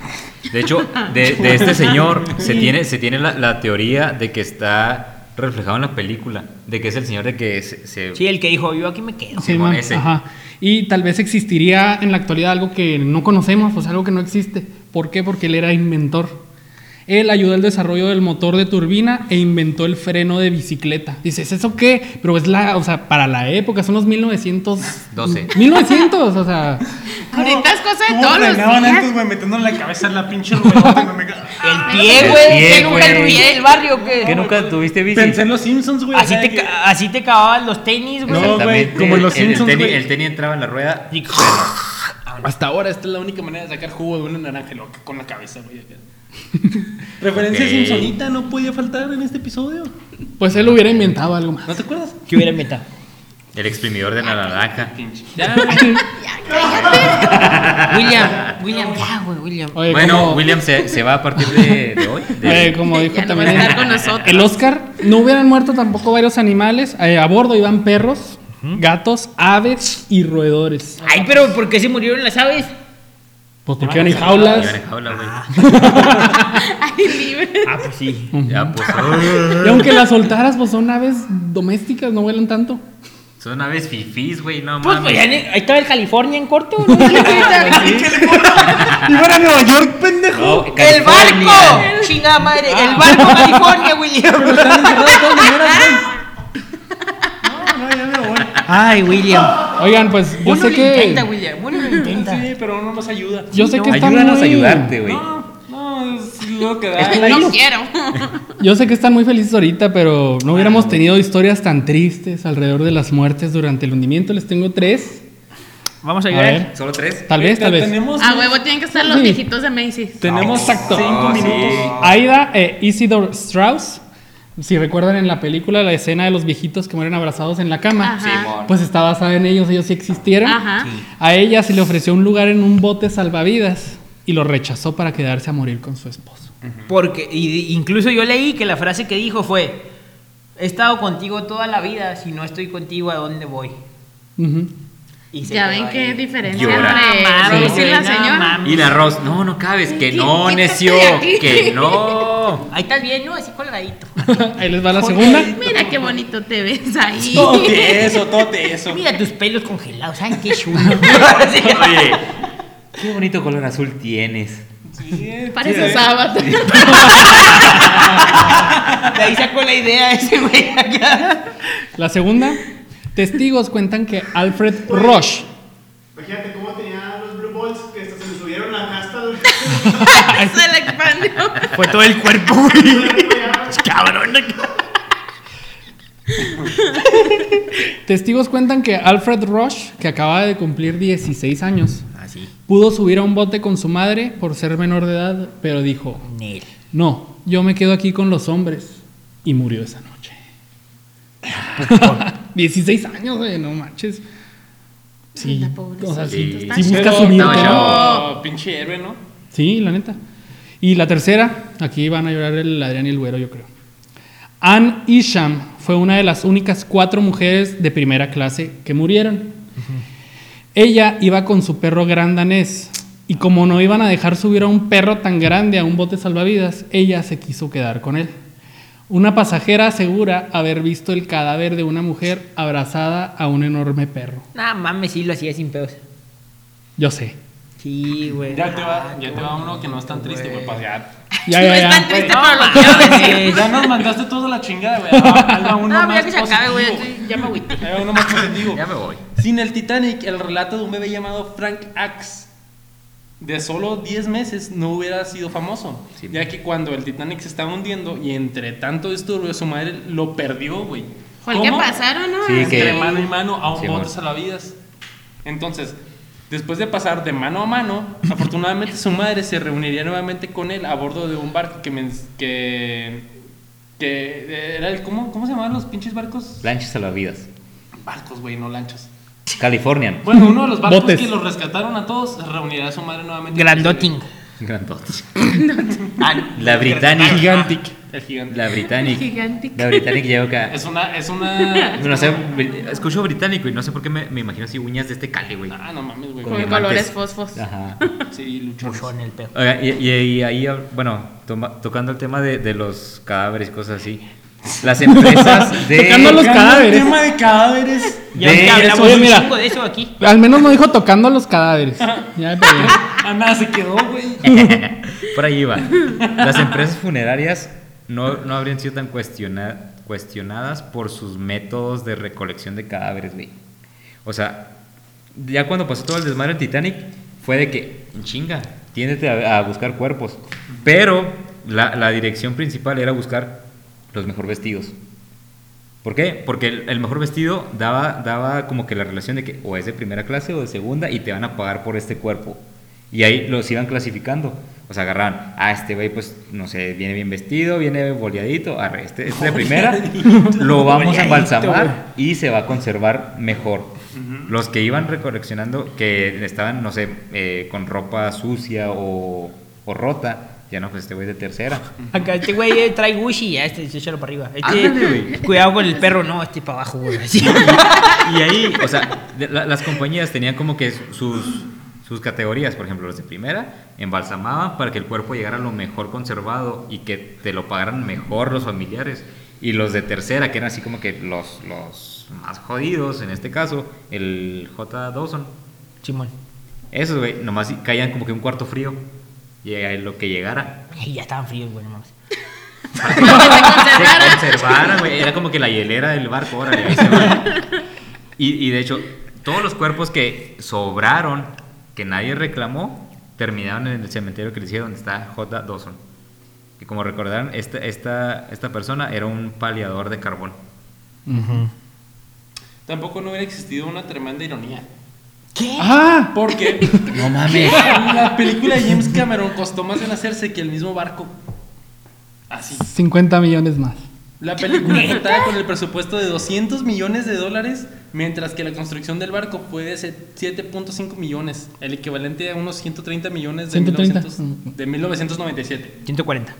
A: De hecho, de, de este señor se tiene, se tiene la, la teoría de que está reflejado en la película. De que es el señor de que se. se-
B: Sí, el que dijo, yo aquí me quedo.
F: Sí,
A: Simón,
F: man,
A: ese.
F: ajá. Y tal vez existiría en la actualidad algo que no conocemos, o sea, algo que no existe. ¿Por qué? Porque él era inventor. Él ayudó al desarrollo del motor de turbina e inventó el freno de bicicleta. Dices, ¿eso qué? Pero es la, o sea, para la época, son los 1900.
A: 12.
F: 1900, o sea.
D: Ahorita es cosa de
E: ¿Cómo
D: todos los
E: fregaban
D: días.
E: antes, güey? Metiéndole la cabeza en la pinche ruedota, no me ca-
B: El pie,
A: El
B: güey.
A: pie,
B: Que nunca
A: güey.
B: tuviera el barrio, que.
A: ¿Que nunca tuviste bici?
C: Pensé en los Simpsons, güey.
B: Así
C: o sea,
B: te,
C: que-
B: ca- así te cavaban los tenis, güey.
C: No, güey,
A: Exactamente.
C: como en los
A: El- el
C: Simpsons,
A: tenis-
C: güey.
A: El tenis entraba en la rueda.
B: Y-
C: Hasta ahora esta es la única manera de sacar jugo de una naranja loca con la cabeza, güey. acá. Referencia
A: Ok.
C: Simpsonita no podía faltar en este episodio.
F: Pues él hubiera inventado algo más.
C: ¿No te acuerdas?
B: Que hubiera inventado.
A: El exprimidor de la
B: Ah,
A: naranja.
C: Pinche.
B: William, William, ya, güey, William.
F: Oye,
A: bueno,
F: como-
A: William se, se va a partir de, de hoy. de-
F: Eh, como dijo
D: Ya no va a
F: también el-
D: estar con nosotros.
F: el Oscar, no hubieran muerto tampoco varios animales. Eh, a bordo iban perros, gatos, aves y roedores.
B: Ay, pero ¿por qué se murieron las aves?
F: Pues porque iban en
A: Iban
F: jaulas.
A: en jaula, güey.
D: Ay, libre.
B: Ah, pues sí.
A: Ya, pues. ah.
F: Y aunque las soltaras, pues son aves domésticas, no vuelan tanto.
A: Son aves fifís, güey, no
B: Pues,
A: mames.
B: pues ya ni- ahí estaba el California en corto. ¿no?
E: Iban a Nueva York, pendejo.
A: No,
B: ¡El
A: Oh, California.
B: barco! Chingada madre, el barco California, William.
E: No, ya me voy.
B: Ay, William.
F: Oigan, pues yo
B: Uno
F: sé
B: lo
F: que.
B: intenta, William. Uno lo intenta.
C: Sí, pero no nos ayuda.
F: Yo sé que está
A: Ayúdanos
F: muy.
A: a ayudarte, güey.
C: No, no, es lo que da.
D: No quiero.
F: Yo sé que están muy felices ahorita, pero no hubiéramos tenido historias tan tristes alrededor de las muertes durante el hundimiento. Les tengo tres.
B: Vamos a
F: A
B: ayudar.
F: ver,
A: ¿Solo tres?
F: tal vez,
C: Te-
F: tal vez.
E: Pues
C: Tenemos,
D: A huevo tienen que estar los
F: Sí.
D: viejitos de Macy's.
C: tenemos
F: Exacto.
C: cinco
A: Oh, sí.
C: minutos.
F: Aida eh, Isidor Strauss. Si recuerdan en la película la escena de los viejitos que mueren abrazados en la cama,
D: Ajá.
F: pues está basada en ellos, ellos sí existieron.
D: Ah. Ajá.
F: A ella se le ofreció un lugar en un bote salvavidas y lo rechazó para quedarse a morir con su esposo.
B: Porque y- incluso yo leí que la frase que dijo fue: He estado contigo toda la vida. Si no estoy contigo, ¿a dónde voy?
F: Ujú.
B: Y se
D: Ya
B: quedó
D: ven
B: ahí.
D: qué diferencia
A: Llora.
D: entre
B: Ah,
D: Macy's
B: mames,
D: y la
B: no
D: señora.
B: mames.
A: Y la arroz. No, no cabes. Que
D: Quí-
A: no,
D: quítate
A: necio.
D: de aquí.
A: Que no.
B: Ahí estás bien, ¿no? Así colgadito.
F: Ahí les va la segunda.
D: Mira qué bonito te ves ahí.
C: Todo de eso, todo de eso.
B: Mira tus pelos congelados, ¿saben qué chulo?
A: Oye, qué bonito color azul tienes.
C: Sí,
D: Pareces
C: sí.
D: sábado.
B: De ahí sacó la idea ese güey acá.
F: La segunda, testigos cuentan que Alfred Rush.
G: Imagínate cómo tenía los Blue Balls que hasta se le subieron la hasta.
D: Se la expandió.
B: Fue todo el cuerpo,
G: Todavía no llegaba.
B: Cabrón.
F: Testigos cuentan que Alfred Rush, que acaba de cumplir 16 años,
A: Ah,
B: Así.
F: pudo subir a un bote con su madre por ser menor de edad, pero dijo,
B: Nel.
F: no, yo me quedo aquí con los hombres. Y murió esa noche. 16 años, güey, no manches. Sí,
D: Anda, pobrecito,
F: o sea, sí,
D: está
F: sí busca
D: chiquito.
F: su vida,
D: No.
F: pero-
C: Pero, pinche héroe, ¿no?
F: Sí, la neta. Y la tercera, aquí van a llorar el Adrián y el Güero, yo creo. Anne Isham fue una de las únicas cuatro mujeres de primera clase que murieron. Ella iba con su perro gran danés y como no iban a dejar subir a un perro tan grande a un bote salvavidas, ella se quiso quedar con él. Una pasajera asegura haber visto el cadáver de una mujer abrazada a un enorme perro.
B: Nah, mames, sí lo hacía sin pedos.
F: Yo sé.
B: Sí, güey. Ah,
C: Ya te va, ya te va uno que no es tan triste, güey. Para ya.
F: Ya,
D: no
F: ya,
D: es tan
F: ya.
D: triste, pero lo quiero decir.
C: Ya nos mandaste toda la chingada, güey. Ahora ahí va uno
D: No,
C: más
D: mira que se acabe, güey.
C: positivo.
D: estoy- Ya me agüité.
C: Ahí va uno más positivo.
A: Ya me voy.
C: Sin el Titanic, el relato de un bebé llamado Frank Axe de solo 10 meses no hubiera sido famoso,
A: Sí.
C: ya que cuando el Titanic se estaba hundiendo y entre tanto disturbio su madre lo perdió, güey.
D: Joder, ¿Qué
C: ¿Cómo?
D: pasaron, no?
A: Sí,
C: Entre
A: que-
C: mano y mano a un
A: Sí,
C: bote
A: amor.
C: salvavidas. Entonces, después de pasar de mano a mano, afortunadamente su madre se reuniría nuevamente con él a bordo de un barco que men- que, que eh, era el ¿cómo, cómo se llamaban los pinches barcos?
A: Lanchas salvavidas.
C: Barcos, güey, no lanchas.
A: Californian.
C: Bueno, uno de los barcos
F: Botes.
C: que los rescataron a todos se reunirá a su madre nuevamente.
B: Grandoting.
A: Grandote.
C: Ah,
A: La Britannic.
C: Gigantic. El gigante.
A: La Britannic.
D: Gigantic.
A: La Britannic llegó acá.
C: Es una, es una.
A: No sé, bri- escucho británico y no sé por qué me, me imagino así uñas de este cale, güey.
C: Ah, no mames, güey.
D: Con
A: diamantes.
D: colores fosfos.
A: Ajá.
C: Sí, luchó.
B: Mucho en el pedo.
A: Oiga, y, y- y ahí, bueno, toma- tocando el tema de, de los cadáveres y cosas así. Las empresas de.
F: Tocando los cadáveres.
C: tema de cadáveres.
B: Ya
A: De-
B: que hablamos
F: oye,
B: un
F: mira.
B: chingo de eso aquí.
F: Al menos no dijo tocando los cadáveres. Ya, pero-
C: Ah, nada, se quedó, güey.
A: Por ahí va. Las empresas funerarias no, no habrían sido tan cuestiona- cuestionadas por sus métodos de recolección de cadáveres, güey. O sea, ya cuando pasó todo el desmadre del Titanic, fue de que, chinga, tiéndete a, a buscar cuerpos. Pero la, la dirección principal era buscar los mejor vestidos. ¿Por qué? Porque el, el mejor vestido daba, daba como que la relación de que o es de primera clase o de segunda y te van a pagar por este cuerpo. Y ahí los iban clasificando. O sea, agarraban, ah, este güey, pues, no sé, viene bien vestido, viene boleadito, arre, este este es de primera, lo vamos a embalsamar y se va a conservar mejor. Los que iban recoleccionando, que estaban, no sé, eh, con ropa sucia o, o rota, ya no, pues este güey es de tercera.
B: Acá este güey eh, trae Gucci, ya este, échalo para arriba. Este,
A: Ándale, güey.
B: cuidado con el perro, no, este para abajo, güey. así.
A: Y ahí, o sea, de- la- las compañías tenían como que sus, sus categorías, por ejemplo, los de primera, embalsamaban para que el cuerpo llegara lo mejor conservado y que te lo pagaran mejor los familiares. Y los de tercera, que eran así como que los, los más jodidos, en este caso, el J. Dawson,
B: Simón.
A: esos, güey, nomás caían como que un cuarto frío. Y ahí lo que llegara,
B: Ay, ya estaban fríos, güey, no mames.
A: se conservara, güey. Era como que la hielera del barco, órale, ahí se va. Y, y de hecho, todos los cuerpos que sobraron, que nadie reclamó, terminaron en el cementerio que les hicieron, donde está J. Dawson. Y como recordaron, esta, esta, esta persona era un paliador de carbón.
C: Tampoco no hubiera existido una tremenda ironía.
F: ¡Ah!
C: Porque
A: No mames.
C: la película de James Cameron costó más en hacerse que el mismo barco. Así.
F: 50 millones más.
C: La película contaba con el presupuesto de 200 millones de dólares, mientras que la construcción del barco fue de se- 7.5 millones, el equivalente a unos 130 millones de,
F: 130.
C: 1900 de 1997.
B: 140.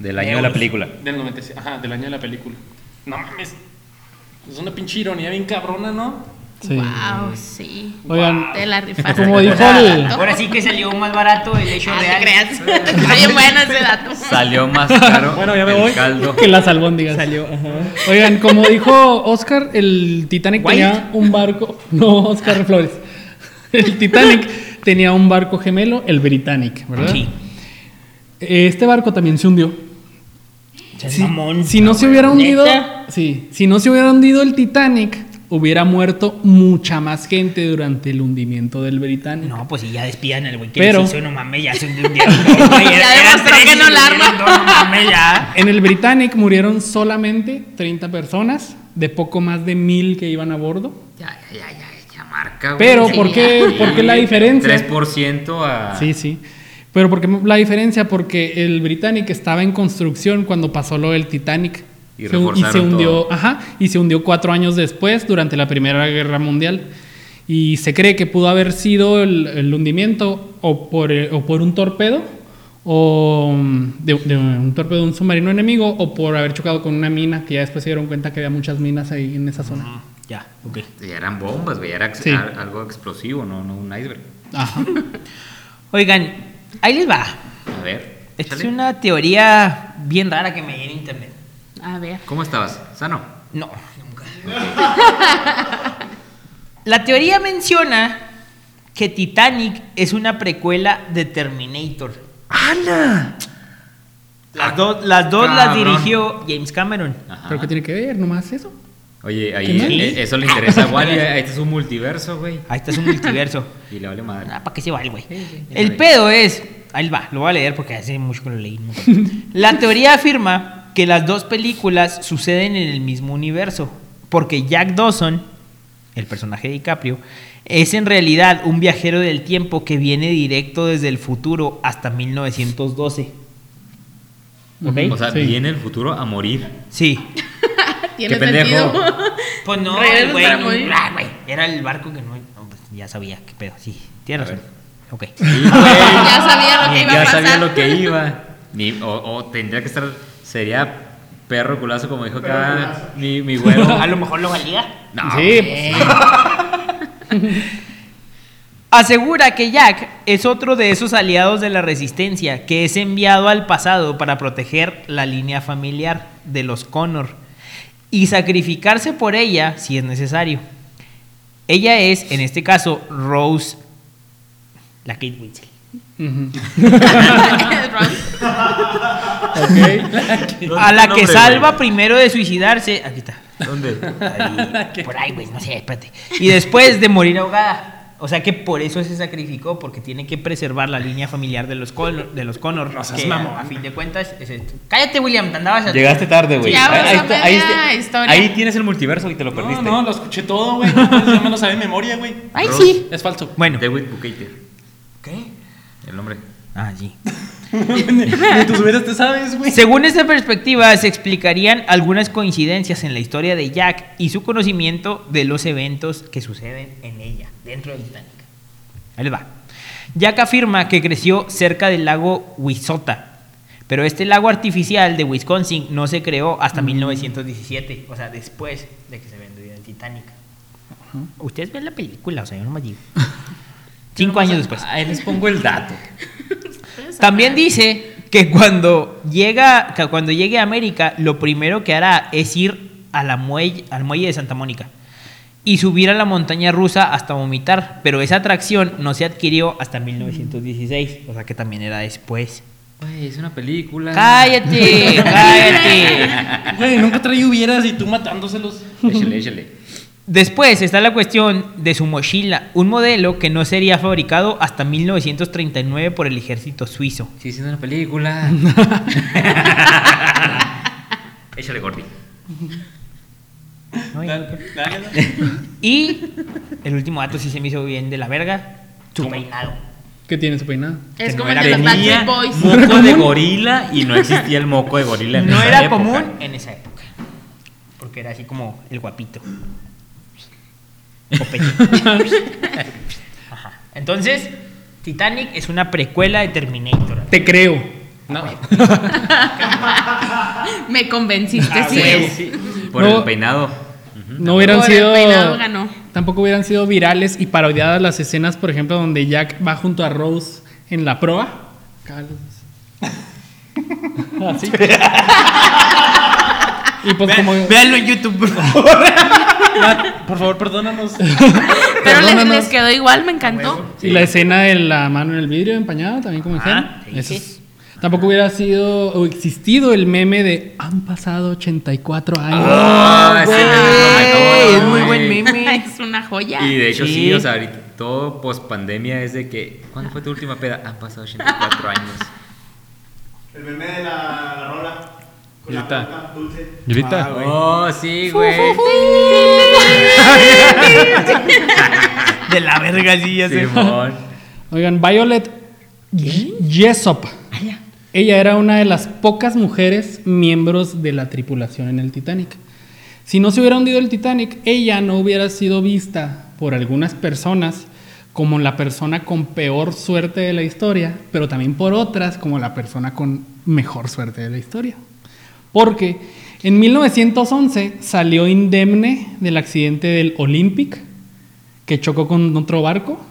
A: Del año de la película.
C: Del 97, ajá, del año de la película. No mames. Es una pinche ironía bien cabrona, ¿no?
F: Sí.
D: Wow, sí.
F: Oigan,
D: Te la rifaste.
F: como dijo el.
B: Ahora sí que salió más barato el hecho
D: Ah, te
B: real.
D: creas. Está bien bueno ese dato.
A: Salió más caro
F: Bueno, ya me
A: el
F: voy.
A: caldo.
F: Que las albóndigas. Salió. Oigan, como dijo Oscar, el Titanic
B: White.
F: tenía un barco. No, Oscar Flores. El Titanic tenía un barco gemelo, el Britannic, ¿verdad?
B: Sí.
F: Este barco también se hundió.
B: O sea,
F: Si,
B: mamón.
F: si no se hubiera hundido.
B: ¿Neta?
F: Sí. Si no se hubiera hundido el Titanic, hubiera muerto mucha más gente durante el hundimiento del Británico.
B: No, pues si ya despidan al güey que
F: Pero-
B: les hizo, no mames, ya son de un día. no, güey,
D: Ya
B: eran
D: demostró
B: tres
D: que
B: y
D: no la
B: murieron
D: arma.
B: dos, No mames, ya.
F: En el Britannic murieron solamente 30 personas, de poco más de mil que iban a bordo.
A: Ya, ya, ya, ya marca, güey.
F: Pero,
D: Sí,
F: ¿por qué,
A: Sí,
F: por qué la diferencia?
A: 3% a...
F: Sí, sí. Pero porque la diferencia, porque el Britannic estaba en construcción cuando pasó lo del Titanic.
A: Y
F: Se hun- se
A: reforzaron
F: hundió,
A: todo.
F: ajá, y se hundió cuatro años después, durante la Primera Guerra Mundial. Y se cree que pudo haber sido el, el hundimiento o por, eh, o por un torpedo, o mm, de, de un torpedo de un submarino enemigo, o por haber chocado con una mina, que ya después se dieron cuenta que había muchas minas ahí en esa zona.
B: Ya, ok.
A: Ya eran bombas, güey. Era ex-
F: Sí.
A: a- algo explosivo, no, no un iceberg.
F: Ajá.
B: Oigan, ahí les va.
A: A ver.
B: Esta es
A: échale.
B: una teoría bien rara que me di en internet.
D: A ver.
A: ¿Cómo estabas? ¿Sano?
B: No, nunca. La teoría menciona que Titanic es una precuela de Terminator. Ah,
A: ¡Hala!
B: Las dos, las, dos las
A: Cabrón.
B: dirigió James Cameron.
F: ¿Pero qué tiene que ver? ¿Nomás eso?
A: Oye,
F: ¿Qué
A: ahí
F: mal?
A: eh, eso le interesa a Wally. eh, Este es un multiverso, güey.
B: Ahí está, es un multiverso.
A: Y le vale madre.
B: Ah, ¿para qué se va el güey?
A: sí.
B: El pedo es. Ahí va, lo voy a leer porque hace mucho que lo leí. no sé. La teoría afirma que las dos películas suceden en el mismo universo. Porque Jack Dawson, el personaje de DiCaprio, es en realidad un viajero del tiempo que viene directo desde el futuro hasta 1912. ¿Ok?
A: O sea,
F: Sí.
A: viene el futuro a morir.
B: Sí.
D: Tiene
A: Qué pendejo.
D: sentido.
B: Pues no,
D: Regresas
B: el güey,
D: para
B: no,
D: morir.
B: ah, güey, Era el barco que no. no, pues ya sabía qué pedo. Sí, tienes
A: A ver.
B: razón. Ok.
D: Ya sabía lo que iba a
A: Ya sabía
D: pasar.
A: lo que iba. Ni- o, o tendría que estar. Sería perro culazo, como dijo acá mi, mi güero.
B: A lo mejor lo valía.
A: No,
F: sí,
A: güey.
F: pues,
B: Asegura que Jack es otro de esos aliados de la resistencia que es enviado al pasado para proteger la línea familiar de los Connor y sacrificarse por ella si es necesario. Ella es, en este caso, Rose, la Kate Winslet.
F: Ujú.
D: Ron,
B: A la que
A: Nombre,
B: salva
A: güey.
B: primero de suicidarse. Aquí está.
A: ¿Dónde?
B: Ahí, por ahí, güey, no sé, espérate. Y después de morir ahogada. O sea que por eso se sacrificó, porque tiene que preservar la línea familiar de los, Connor- de los Connor. que a, a fin de cuentas es esto. Cállate, William, te andabas.
A: Llegaste tarde, güey.
D: Ya vamos a
A: está-
D: media
A: está-
D: historia.
A: ahí tienes el multiverso y te lo
C: No,
A: perdiste.
C: no, lo escuché todo, güey. Ya me lo sabía de memoria, güey.
D: Ay, sí.
C: Es falso.
B: Bueno,
A: David Bukater. ¿Qué? El nombre.
B: ah, sí.
C: Ni tus veras te sabes, güey.
B: Según esta perspectiva, se explicarían algunas coincidencias en la historia de Jack y su conocimiento de los eventos que suceden en ella, dentro de Titanic. Ahí les va. Jack afirma que creció cerca del lago Wisota, pero este lago artificial de Wisconsin no se creó hasta 1917, o sea, después de que se vendió el Titanic. Ustedes ven la película, o sea, yo nomás digo. Cinco años después.
A: Ahí les pongo el dato.
B: También dice que cuando llega, que cuando llegue a América, lo primero que hará es ir a la muelle, al muelle de Santa Mónica y subir a la montaña rusa hasta vomitar, pero esa atracción no se adquirió hasta 1916, o sea que también era después.
A: Güey, es una película.
B: Cállate, cállate.
C: Güey, nunca traí hubieras y tú matándoselos.
A: Échale, échale.
B: Después está la cuestión de su mochila, un modelo que no sería fabricado hasta 1939 por el ejército suizo.
A: Sí, es una película. échale, Gordy.
B: ¿no?
C: Dale, dale, dale.
B: Y el último dato sí se me hizo bien de la verga. Su peinado.
F: ¿Qué tiene su peinado?
D: Es
B: Que
D: como
B: no
D: el
B: era
D: de los
A: Tenía
D: Backstreet Boys.
A: moco de gorila y no existía el moco de gorila. En
B: No
A: esa
B: era
A: época.
B: común en esa época. Porque era así como el guapito. Popeye. Ajá. Entonces, Titanic es una precuela de Terminator.
F: Te creo.
D: Me convenciste,
A: Ah,
B: Ah,
A: Sí,
D: sí.
A: sí. Por
F: No.
A: el peinado.
F: No hubieran
D: Por el
F: sido.
D: peinado ganó.
F: Tampoco hubieran sido virales y parodiadas las escenas, por ejemplo, donde Jack va junto a Rose en la proa. Así. y pues como.
B: Véanlo en YouTube, por favor.
C: Nat, por favor, perdónanos.
D: Pero les,
F: Perdónanos.
D: les
B: Ah,
D: quedó igual, me encantó.
F: Y la escena de la mano en el vidrio empañada también como escena.
B: te dije.
F: Eso es- Tampoco hubiera sido o existido el meme de han pasado 84 años.
A: Ah, ese
B: Güey,
A: meme lo mató,
B: es muy
A: güey.
B: buen meme.
D: es una joya.
A: Y de hecho sí.
B: Sí.
A: o sea, ahorita todo post pandemia es de que ¿cuándo fue tu última peda? Han pasado 84 años.
G: El meme de la, la rola. Con la
F: Grita.
G: coca dulce.
E: Ah,
F: Yolita.
E: güey.
A: Oh, sí, güey.
B: De la verga, sí, ya sé.
A: Simón.
F: Oigan, Violet Ye- Jessop. Ella era una de las pocas mujeres miembros de la tripulación en el Titanic. Si no se hubiera hundido el Titanic, ella no hubiera sido vista por algunas personas como la persona con peor suerte de la historia, pero también por otras como la persona con mejor suerte de la historia. Porque en 1911 salió indemne del accidente del Olympic, que chocó con otro barco,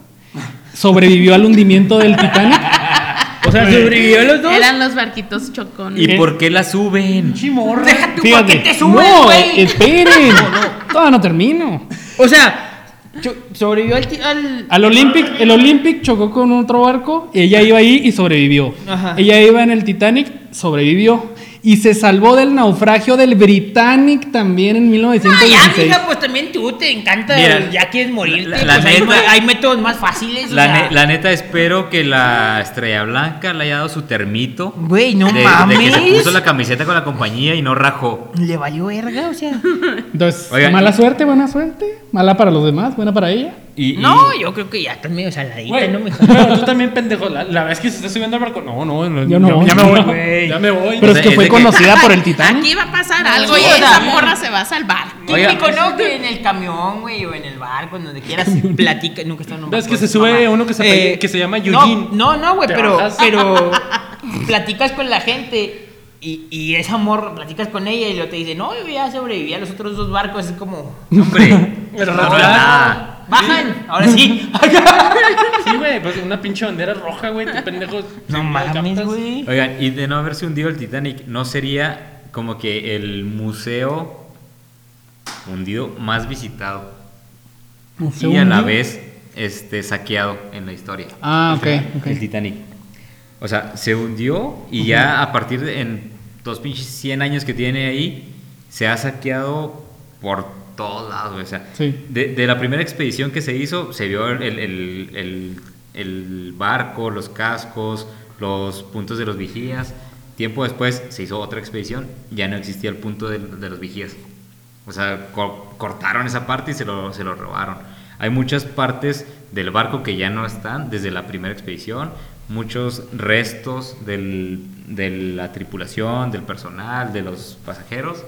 F: sobrevivió al hundimiento del Titanic. O sea, sobrevivió los
D: Eran los barquitos chocones.
A: ¿Y por qué la suben?
B: Deja tu
F: Fíjate,
B: te subes,
F: no,
B: güey.
F: esperen, todavía no termino.
B: O sea, cho- sobrevivió al, ti- al-
F: Al Olympic, el Olympic chocó con otro barco, ella iba ahí y sobrevivió.
B: Ajá.
F: Ella iba en el Titanic, sobrevivió. Y se salvó del naufragio del Britannic también en
B: No, ya,
F: 1916.
B: mija, pues también tú te encanta,
A: Mira,
B: ya quieres morirte.
A: la- la
B: pues, hay,
A: neta-
B: ma- hay métodos más fáciles. o
A: La,
B: sea.
A: ne- la neta, espero que la Estrella Blanca le haya dado su termito.
B: Güey, no
A: de,
B: mames.
A: De que se puso la camiseta con la compañía y no rajó.
B: Le valió verga, o sea.
F: Entonces,
A: Oigan,
F: mala
A: y-
F: suerte, buena suerte. Mala para los demás, buena para ella.
A: Y, y-
B: No, yo creo que ya están medio saladita,
C: Güey,
B: ¿no, mija?
C: pero tú también, pendejo. La, la vez que se está subiendo al barco. No, no, no,
F: Yo no.
C: Ya, ya me voy,
F: No.
C: güey. Ya me voy.
F: Pero
A: sea,
F: es que
A: es
F: fue
A: de que-
F: conocida por el Titanic.
D: Aquí va a pasar algo
B: Sí,
D: y
B: o sea,
D: esa morra se va a salvar.
A: Oiga.
B: Típico, ¿no? Que en el camión, güey, o en el barco, en donde quieras, platica. Nunca está en un
C: ¿Ves
B: barco,
C: que se
B: es
C: sube
B: mamá. Eh,
C: uno que se apell- que se llama Eugene?
B: No, no, no, güey,
C: Te
B: pero,
C: bajas.
B: pero platicas con la gente y, y esa morra, platicas con ella y luego te dice, no, yo ya sobreviví a los otros dos barcos. Es como,
A: hombre.
C: Pero
A: no,
C: rajó.
A: nada.
B: bajan, ahora sí.
C: Sí, güey. Pues una pinche bandera roja, güey. Qué pendejo.
B: no mames,
C: ¿Captas?
B: güey.
A: Oigan, y de no haberse hundido el Titanic, ¿no sería como que el museo hundido más visitado
F: Museo
A: y a la
F: hundido.
A: vez este, saqueado en la historia?
F: Ah, ok, ok.
A: El Titanic. O sea, se hundió y ya a partir de en dos pinches 100 años que tiene ahí, se ha saqueado por todos lados. güey. O sea,
F: Sí.
A: de, de la primera expedición que se hizo, se vio el, el- el- el- el barco, los cascos, los puntos de los vigías. Tiempo después se hizo otra expedición, ya no existía el punto de, de los vigías. O sea, co- cortaron esa parte y se lo, se lo robaron. Hay muchas partes del barco que ya no están desde la primera expedición, muchos restos del- de la tripulación, del personal, de los pasajeros.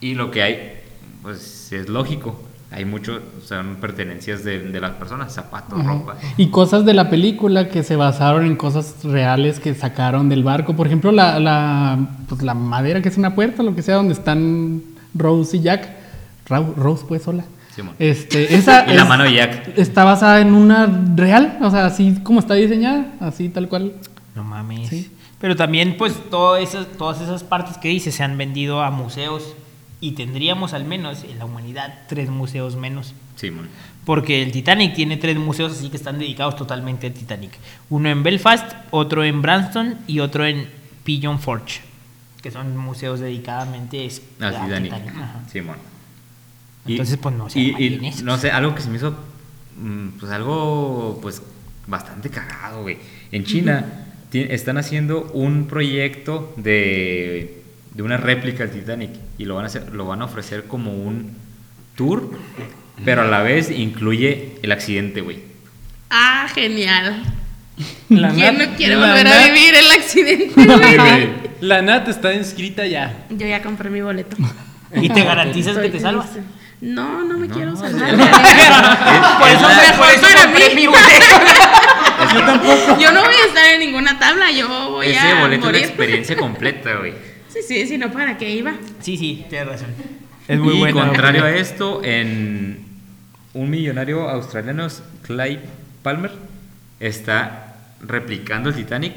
A: Y lo que hay, pues es lógico. Hay mucho, son pertenencias de, de las personas, zapatos,
F: Ajá.
A: ropa.
F: Y cosas de la película que se basaron en cosas reales que sacaron del barco. Por ejemplo, la, la, pues, la madera que es una puerta, lo que sea, donde están Rose y Jack. Ra- Rose, pues, sola.
A: Simón.
F: Este, esa
A: Y la
F: es-
A: mano de Jack.
F: Está basada en una real, o sea, así como está diseñada, así tal cual.
B: No mames.
F: Sí.
B: Pero también, pues, todo esas- todas esas partes que dices se han vendido a museos y tendríamos al menos en la humanidad tres museos menos.
A: Simón.
B: Porque el Titanic tiene tres museos así que están dedicados totalmente al Titanic. Uno en Belfast, otro en Branston y otro en Pigeon Forge, que son museos dedicadamente es-
A: Al
B: a
A: Titanic.
B: Ajá.
A: Ah, Simón.
B: Entonces, pues, no sean
A: y- y
B: mamones.
A: No sé, algo que se me hizo, mm, pues algo, pues bastante cagado, güey. En China ti- están haciendo un proyecto de, de una réplica del Titanic y lo van, a hacer- lo van a ofrecer como un tour, pero a la vez incluye el accidente, güey.
D: Ah, genial.
C: La
D: ¿Quién
C: Nat-
D: no quiere
C: la
D: volver a
C: Nat-
D: vivir el accidente, güey?
C: La Nat está inscrita ya.
D: Yo ya compré mi boleto.
B: Y te garantizas que
D: Estoy
B: te salvas.
D: triste. No, no me quiero salvar.
B: Por eso,
A: Es-
B: por eso
D: para
B: compré
D: mí.
B: mi boleto.
E: Yo tampoco.
D: Yo no voy a estar en ninguna tabla, yo voy
A: Ese
D: a
A: boleto es la
D: morir.
A: experiencia completa, güey.
D: Sí, sí, si no, ¿para qué iba?
B: Sí, sí, tienes razón.
A: Es
B: muy
A: y
B: buena.
A: contrario a esto, en un millonario australiano, Clive Palmer, está replicando el Titanic,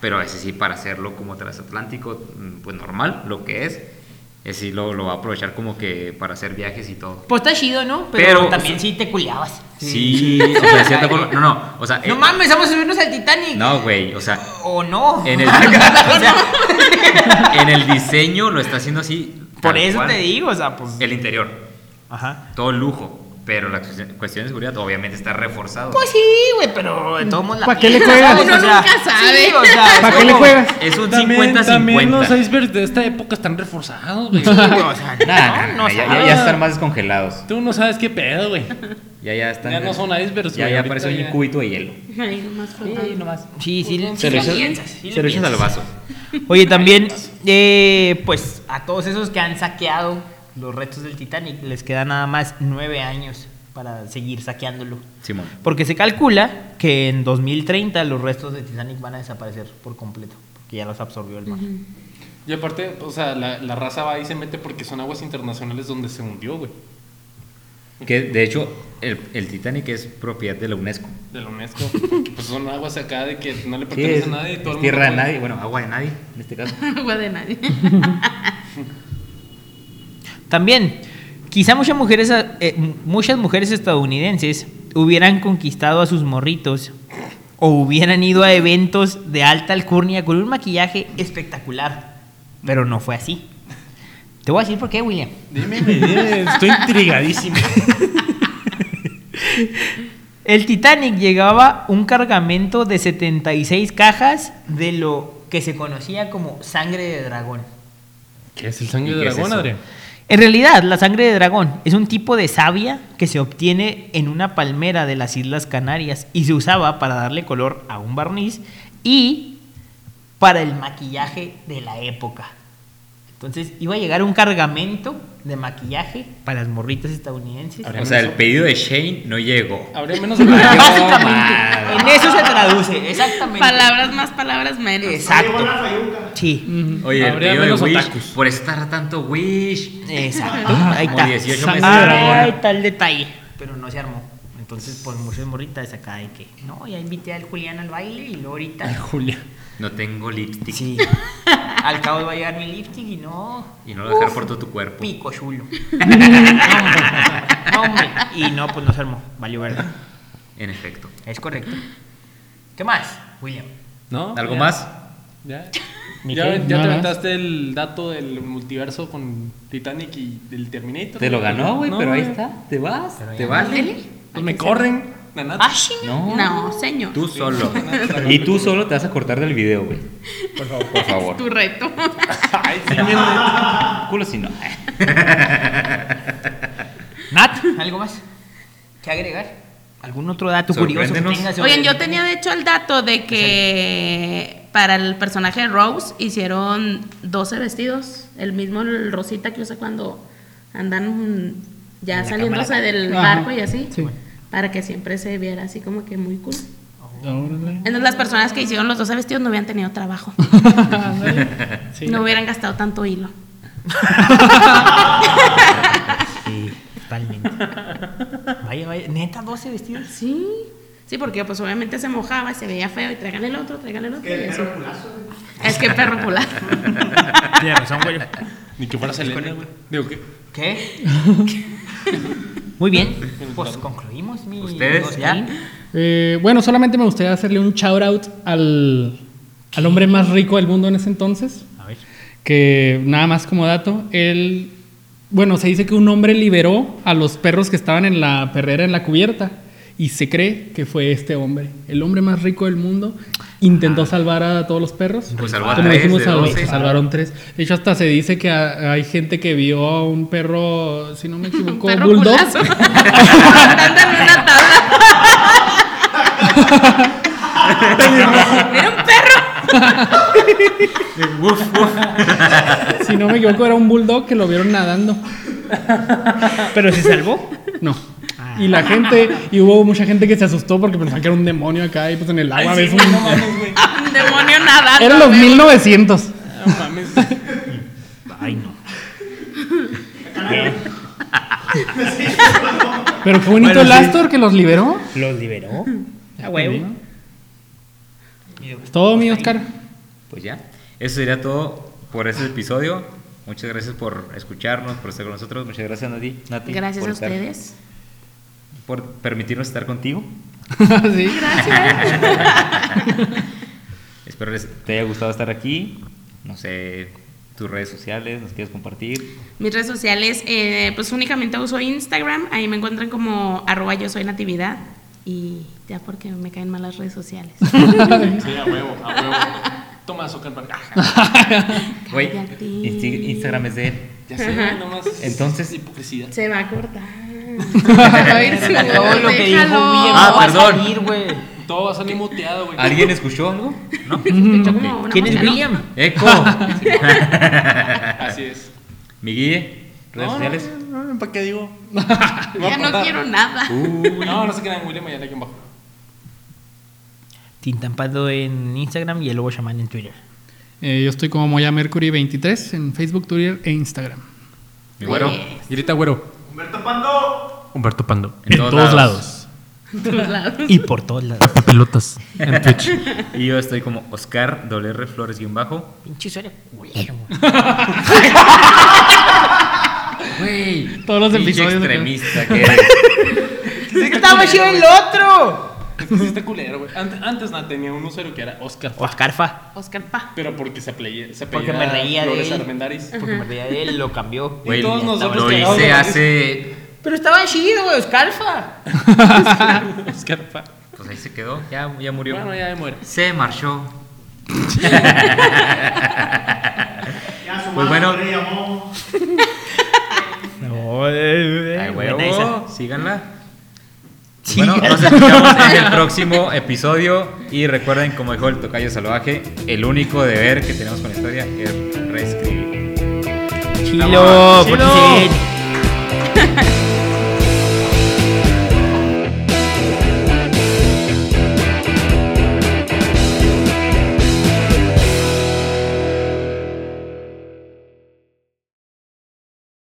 A: pero ese sí para hacerlo como transatlántico, mm, pues normal, lo que es, Es decir, lo, lo va a aprovechar como que para hacer viajes y todo.
B: Pues está chido, ¿no? Pero,
A: Pero,
B: también
A: o
B: sí te culiabas.
A: Sí, o sea, de cierta forma. No, no, o sea. eh,
B: No mames, vamos a subirnos al Titanic.
A: No, güey, o sea,
B: O no.
A: En el-
B: O sea,
A: en el diseño lo está haciendo así.
B: Por
A: tal
B: eso
A: cual.
B: te digo, o sea, pues.
A: El interior,
B: Ajá.
A: todo lujo. Pero la cuestión- cuestión de seguridad obviamente está reforzado.
B: Pues sí, güey, pero de todos modos la
F: ¿Pa' qué le
B: piensas,
F: juegas?
B: ¿sabes?
D: Uno
B: O sea,
D: nunca sabe.
B: sí, o sea, es
F: ¿Para qué le
B: como-
F: juegas?
A: es un
E: También, también los
A: 50-50.
E: icebergs de esta época están reforzados, güey.
B: Sí, güey, o sea,
A: Nah, nah,
B: no, no
A: ya,
B: sabe.
A: ya- ya están más descongelados.
E: Tú no sabes qué pedo, güey.
A: Ya, ya están.
C: Ya no son icebergs,
A: Ya,
C: güey,
A: ya
C: ahorita
A: parece
C: ya.
A: un cubito de hielo.
D: Ay, nomás faltaba.
B: Sí, sí, sí,
A: Se
B: le
A: lo echas-
B: piensas, sí
A: se
B: le
A: lo echas al
B: piensas.
A: vaso.
B: Oye, también, eh, pues a todos esos que han saqueado los restos del Titanic, les queda nada más nueve años para seguir saqueándolo.
A: Simón.
B: Porque se calcula que en 2030 los restos del Titanic van a desaparecer por completo, porque ya los absorbió el mar.
C: Y aparte, o sea, la, la raza va y se mete porque son aguas internacionales donde se hundió, güey.
A: Que de hecho, el, el Titanic es propiedad de la UNESCO.
C: De la UNESCO. Porque pues son aguas acá de que no le
A: Sí,
C: pertenece
A: es,
C: a nadie. y todo el
A: es
C: mundo
A: tierra de
C: puede-
A: nadie, bueno, agua de nadie en este caso.
D: Agua de nadie.
B: También, quizá muchas mujeres, eh, m- muchas mujeres estadounidenses hubieran conquistado a sus morritos o hubieran ido a eventos de alta alcurnia con un maquillaje espectacular, pero no fue así. Te voy a decir por qué, William.
E: Dime, dime, estoy intrigadísimo.
B: El Titanic llegaba un cargamento de 76 cajas de lo que se conocía como sangre de dragón.
C: ¿Qué es el sangre
A: ¿Y
C: de
A: qué es
C: dragón,
A: eso?
C: Adrián?
B: En realidad, la sangre de dragón es un tipo de savia que se obtiene en una palmera de las Islas Canarias y se usaba para darle color a un barniz y para el maquillaje de la época. Entonces iba a llegar un cargamento de maquillaje para las morritas estadounidenses.
C: Ahora,
A: O sea, el pedido de Shane no llegó.
C: Habría menos
A: madre.
B: Básicamente, en eso se traduce, exactamente.
D: Palabras más, palabras menos.
B: Exacto.
G: Llegó la fayuca.
B: Sí,
A: Oye, el
C: Habría
A: pedido de
C: menos
A: Wish
C: otakus.
A: por estar tanto Wish.
B: exacto. Ahí
A: Como
B: está.
A: 18
B: Sangre
A: meses.
B: de dragón. Ahí está el detalle. Pero no se armó. Entonces, pues muchas morritas acá de que no, ya invité al Julián al baile y luego ahorita.
E: Julia.
A: No tengo lipstick.
B: Sí. Al cabo va a llegar mi lifting y no.
A: Y no lo dejar por todo tu cuerpo.
B: Pico chulo. No, hombre, no, hombre. Y no, pues no se armó. Valió verdad.
A: En efecto.
B: Es correcto. ¿Qué más, William?
C: ¿No?
A: ¿Algo
C: ya,
A: más?
C: Ya.
F: Ni
C: Ya,
F: qué,
C: ya te
F: nada más.
C: aventaste el dato del multiverso con Titanic y del Terminator.
A: Te lo ganó, güey,
C: No,
A: pero ahí está. Te vas.
B: Pero ya
A: Te
B: no.
A: vale.
C: Pues me corren. La nata.
B: Ah, chinga.
A: No.
D: No, señor.
A: Tú solo. Y tú solo te vas a cortar del video, güey. Por favor. Por favor.
D: Tu reto.
C: Ay, sí.
A: Culo si no.
B: Nat, ¿algo más? ¿Qué agregar? ¿Algún otro dato curioso que
A: Sorpréndenos.
B: tengas? sobre-
D: Oigan, yo tenía de hecho el dato de que para el personaje de Rose hicieron 12 vestidos. El mismo el rosita que usa cuando andan
B: En
D: ya
B: la
D: saliéndose
B: cámara.
D: del
F: Ajá,
D: barco y así.
F: sí.
D: Para que siempre se viera así como que muy cool.
F: Órale.
D: Entonces las personas que hicieron los 12 vestidos no hubieran tenido trabajo.
F: Sí.
D: No hubieran gastado tanto hilo.
B: Sí, totalmente. Vaya, vaya. ¿Neta 12 vestidos?
D: Sí. Sí, porque pues obviamente se mojaba, se veía feo y traigan el otro, traigan el otro.
G: Que
D: y
G: el
D: así.
G: perro culazo, güey.
D: Es que perro polar.
B: Tienes razón, güey.
C: Ni que fuera Selena, güey. Digo, ¿qué?
B: ¿Qué? Muy bien. Pues concluimos mi...
A: ¿Ustedes
B: Oscarín.
F: Eh, bueno, solamente me gustaría hacerle un shout out al, al hombre más rico del mundo en ese entonces.
B: A ver.
F: Que nada más como dato, él. Bueno, se dice que un hombre liberó a los perros que estaban en la perrera en la cubierta. Y se cree que fue este hombre. El hombre más rico del mundo intentó salvar a todos los perros.
A: Pues salvó a
F: Como
A: tres
F: dijimos,
A: de
F: salvó-
A: doce.
F: salvaron tres. De hecho, hasta se dice que a- hay gente que vio a un perro, si no me
D: Un
F: equivoco,
D: perro
F: bulldog.
D: culazo. Andan en una tabla. Era un perro.
F: Si no me equivoco, era un bulldog que lo vieron nadando.
B: ¿Pero se salvó?
F: No. Y la gente, y hubo mucha gente que se asustó porque pensaban que era un demonio acá y pues en el agua
C: Ay,
F: ves
C: sí,
F: un...
C: güey, no mames, güey.
D: Un demonio nadando.
F: Eran los
D: güey.
F: 1900.
C: No mames.
B: Ay, no.
F: Pero fue bonito
B: Bueno,
F: el
B: sí.
F: Astor que los liberó.
B: ¿Los liberó? A huevo.
F: Todo mío, Oscar.
B: Pues
A: Pues ya. Eso sería todo por este episodio. Muchas gracias por escucharnos, por estar con nosotros. Muchas gracias, Nati. Nati,
D: Gracias
A: por
D: a
A: estar-
D: ustedes.
A: Por permitirnos estar contigo.
F: Sí.
A: Espero les te haya gustado estar aquí. No sé, tus redes sociales, nos quieres compartir.
D: Mis redes sociales, eh, pues únicamente uso Instagram. Ahí me encuentran como arroba yo soy natividad. Y ya porque me caen mal las redes sociales.
C: Sí, a huevo, a huevo. Toma Zuckerberg.
A: Güey,
D: Cállate.
A: Insti- Instagram es de él.
C: Ya sé, nomás.
A: Entonces-
C: Hipocresía.
D: Se va a cortar.
B: Todo lo que dijo Guille
D: Déjalo.
B: no
A: Ah,
B: va a
A: perdón.
B: salir, güey.
C: Todo va a salir muteado, güey.
A: ¿Alguien escuchó algo? ¿No?
D: Escuchó como
A: Ok.
D: una
B: ¿Quién es
D: mosca, ¿no?
B: William?
A: ¡Eco!
C: Así es.
A: Mi guille, redes
C: No, no,
A: sociales.
E: No, no, ¿Para qué digo?
D: Ya no quiero nada.
C: Uh.
A: Uy.
C: No, no se crean, William Ayala aquí abajo.
B: Tintampando en Instagram y el Lobo Shaman en Twitter.
F: Eh, yo estoy como Moya Mercury 23 en Facebook, Twitter e Instagram.
A: Mi güero.
D: Yes.
H: Grita güero.
G: Humberto Pando.
H: Humberto Pando.
A: En
H: En,
A: todos
H: todos,
A: lados.
H: lados.
B: Y por todos lados.
H: Papelotas. En Twitch.
A: Y yo estoy como Oscar WR Flores guión bajo.
B: Pinche usuario culero, güey.
A: Güey.
F: Todos los
A: pinche
F: episodios de-
A: extremista que eres.
B: ¡Es que estaba chido el otro!
C: Es que sí está culero, güey. Ante- Antes, nada, tenía un usuario que era Oscar.
B: Oscarfa.
D: Oscar Pa.
C: Pero porque se apellía. Se
B: Porque me
C: apellida
B: reía de
C: Flores
B: él.
C: Armendáriz.
B: Porque me reía de él, lo cambió.
A: Güey,
C: todos nosotros
A: lo
C: que-
A: hice hace.
B: Pero estaba chido, güey, Oscarfa.
C: Oscar, pa.
A: Pues ahí se quedó. Ya, ya murió.
C: Bueno, ya me muere.
A: Se marchó.
G: Ya su
A: Pues
G: madre
A: bueno.
G: le llamó.
B: No, eh,
A: Ay,
B: buena
A: huevo.
B: esa.
A: Síganla. Pues
B: Sí.
A: Bueno, nos escuchamos en el próximo episodio. Y recuerden, como dijo el tocayo salvaje, el único deber que tenemos con la historia es reescribir.
B: Chilo,
A: Chilo.
B: por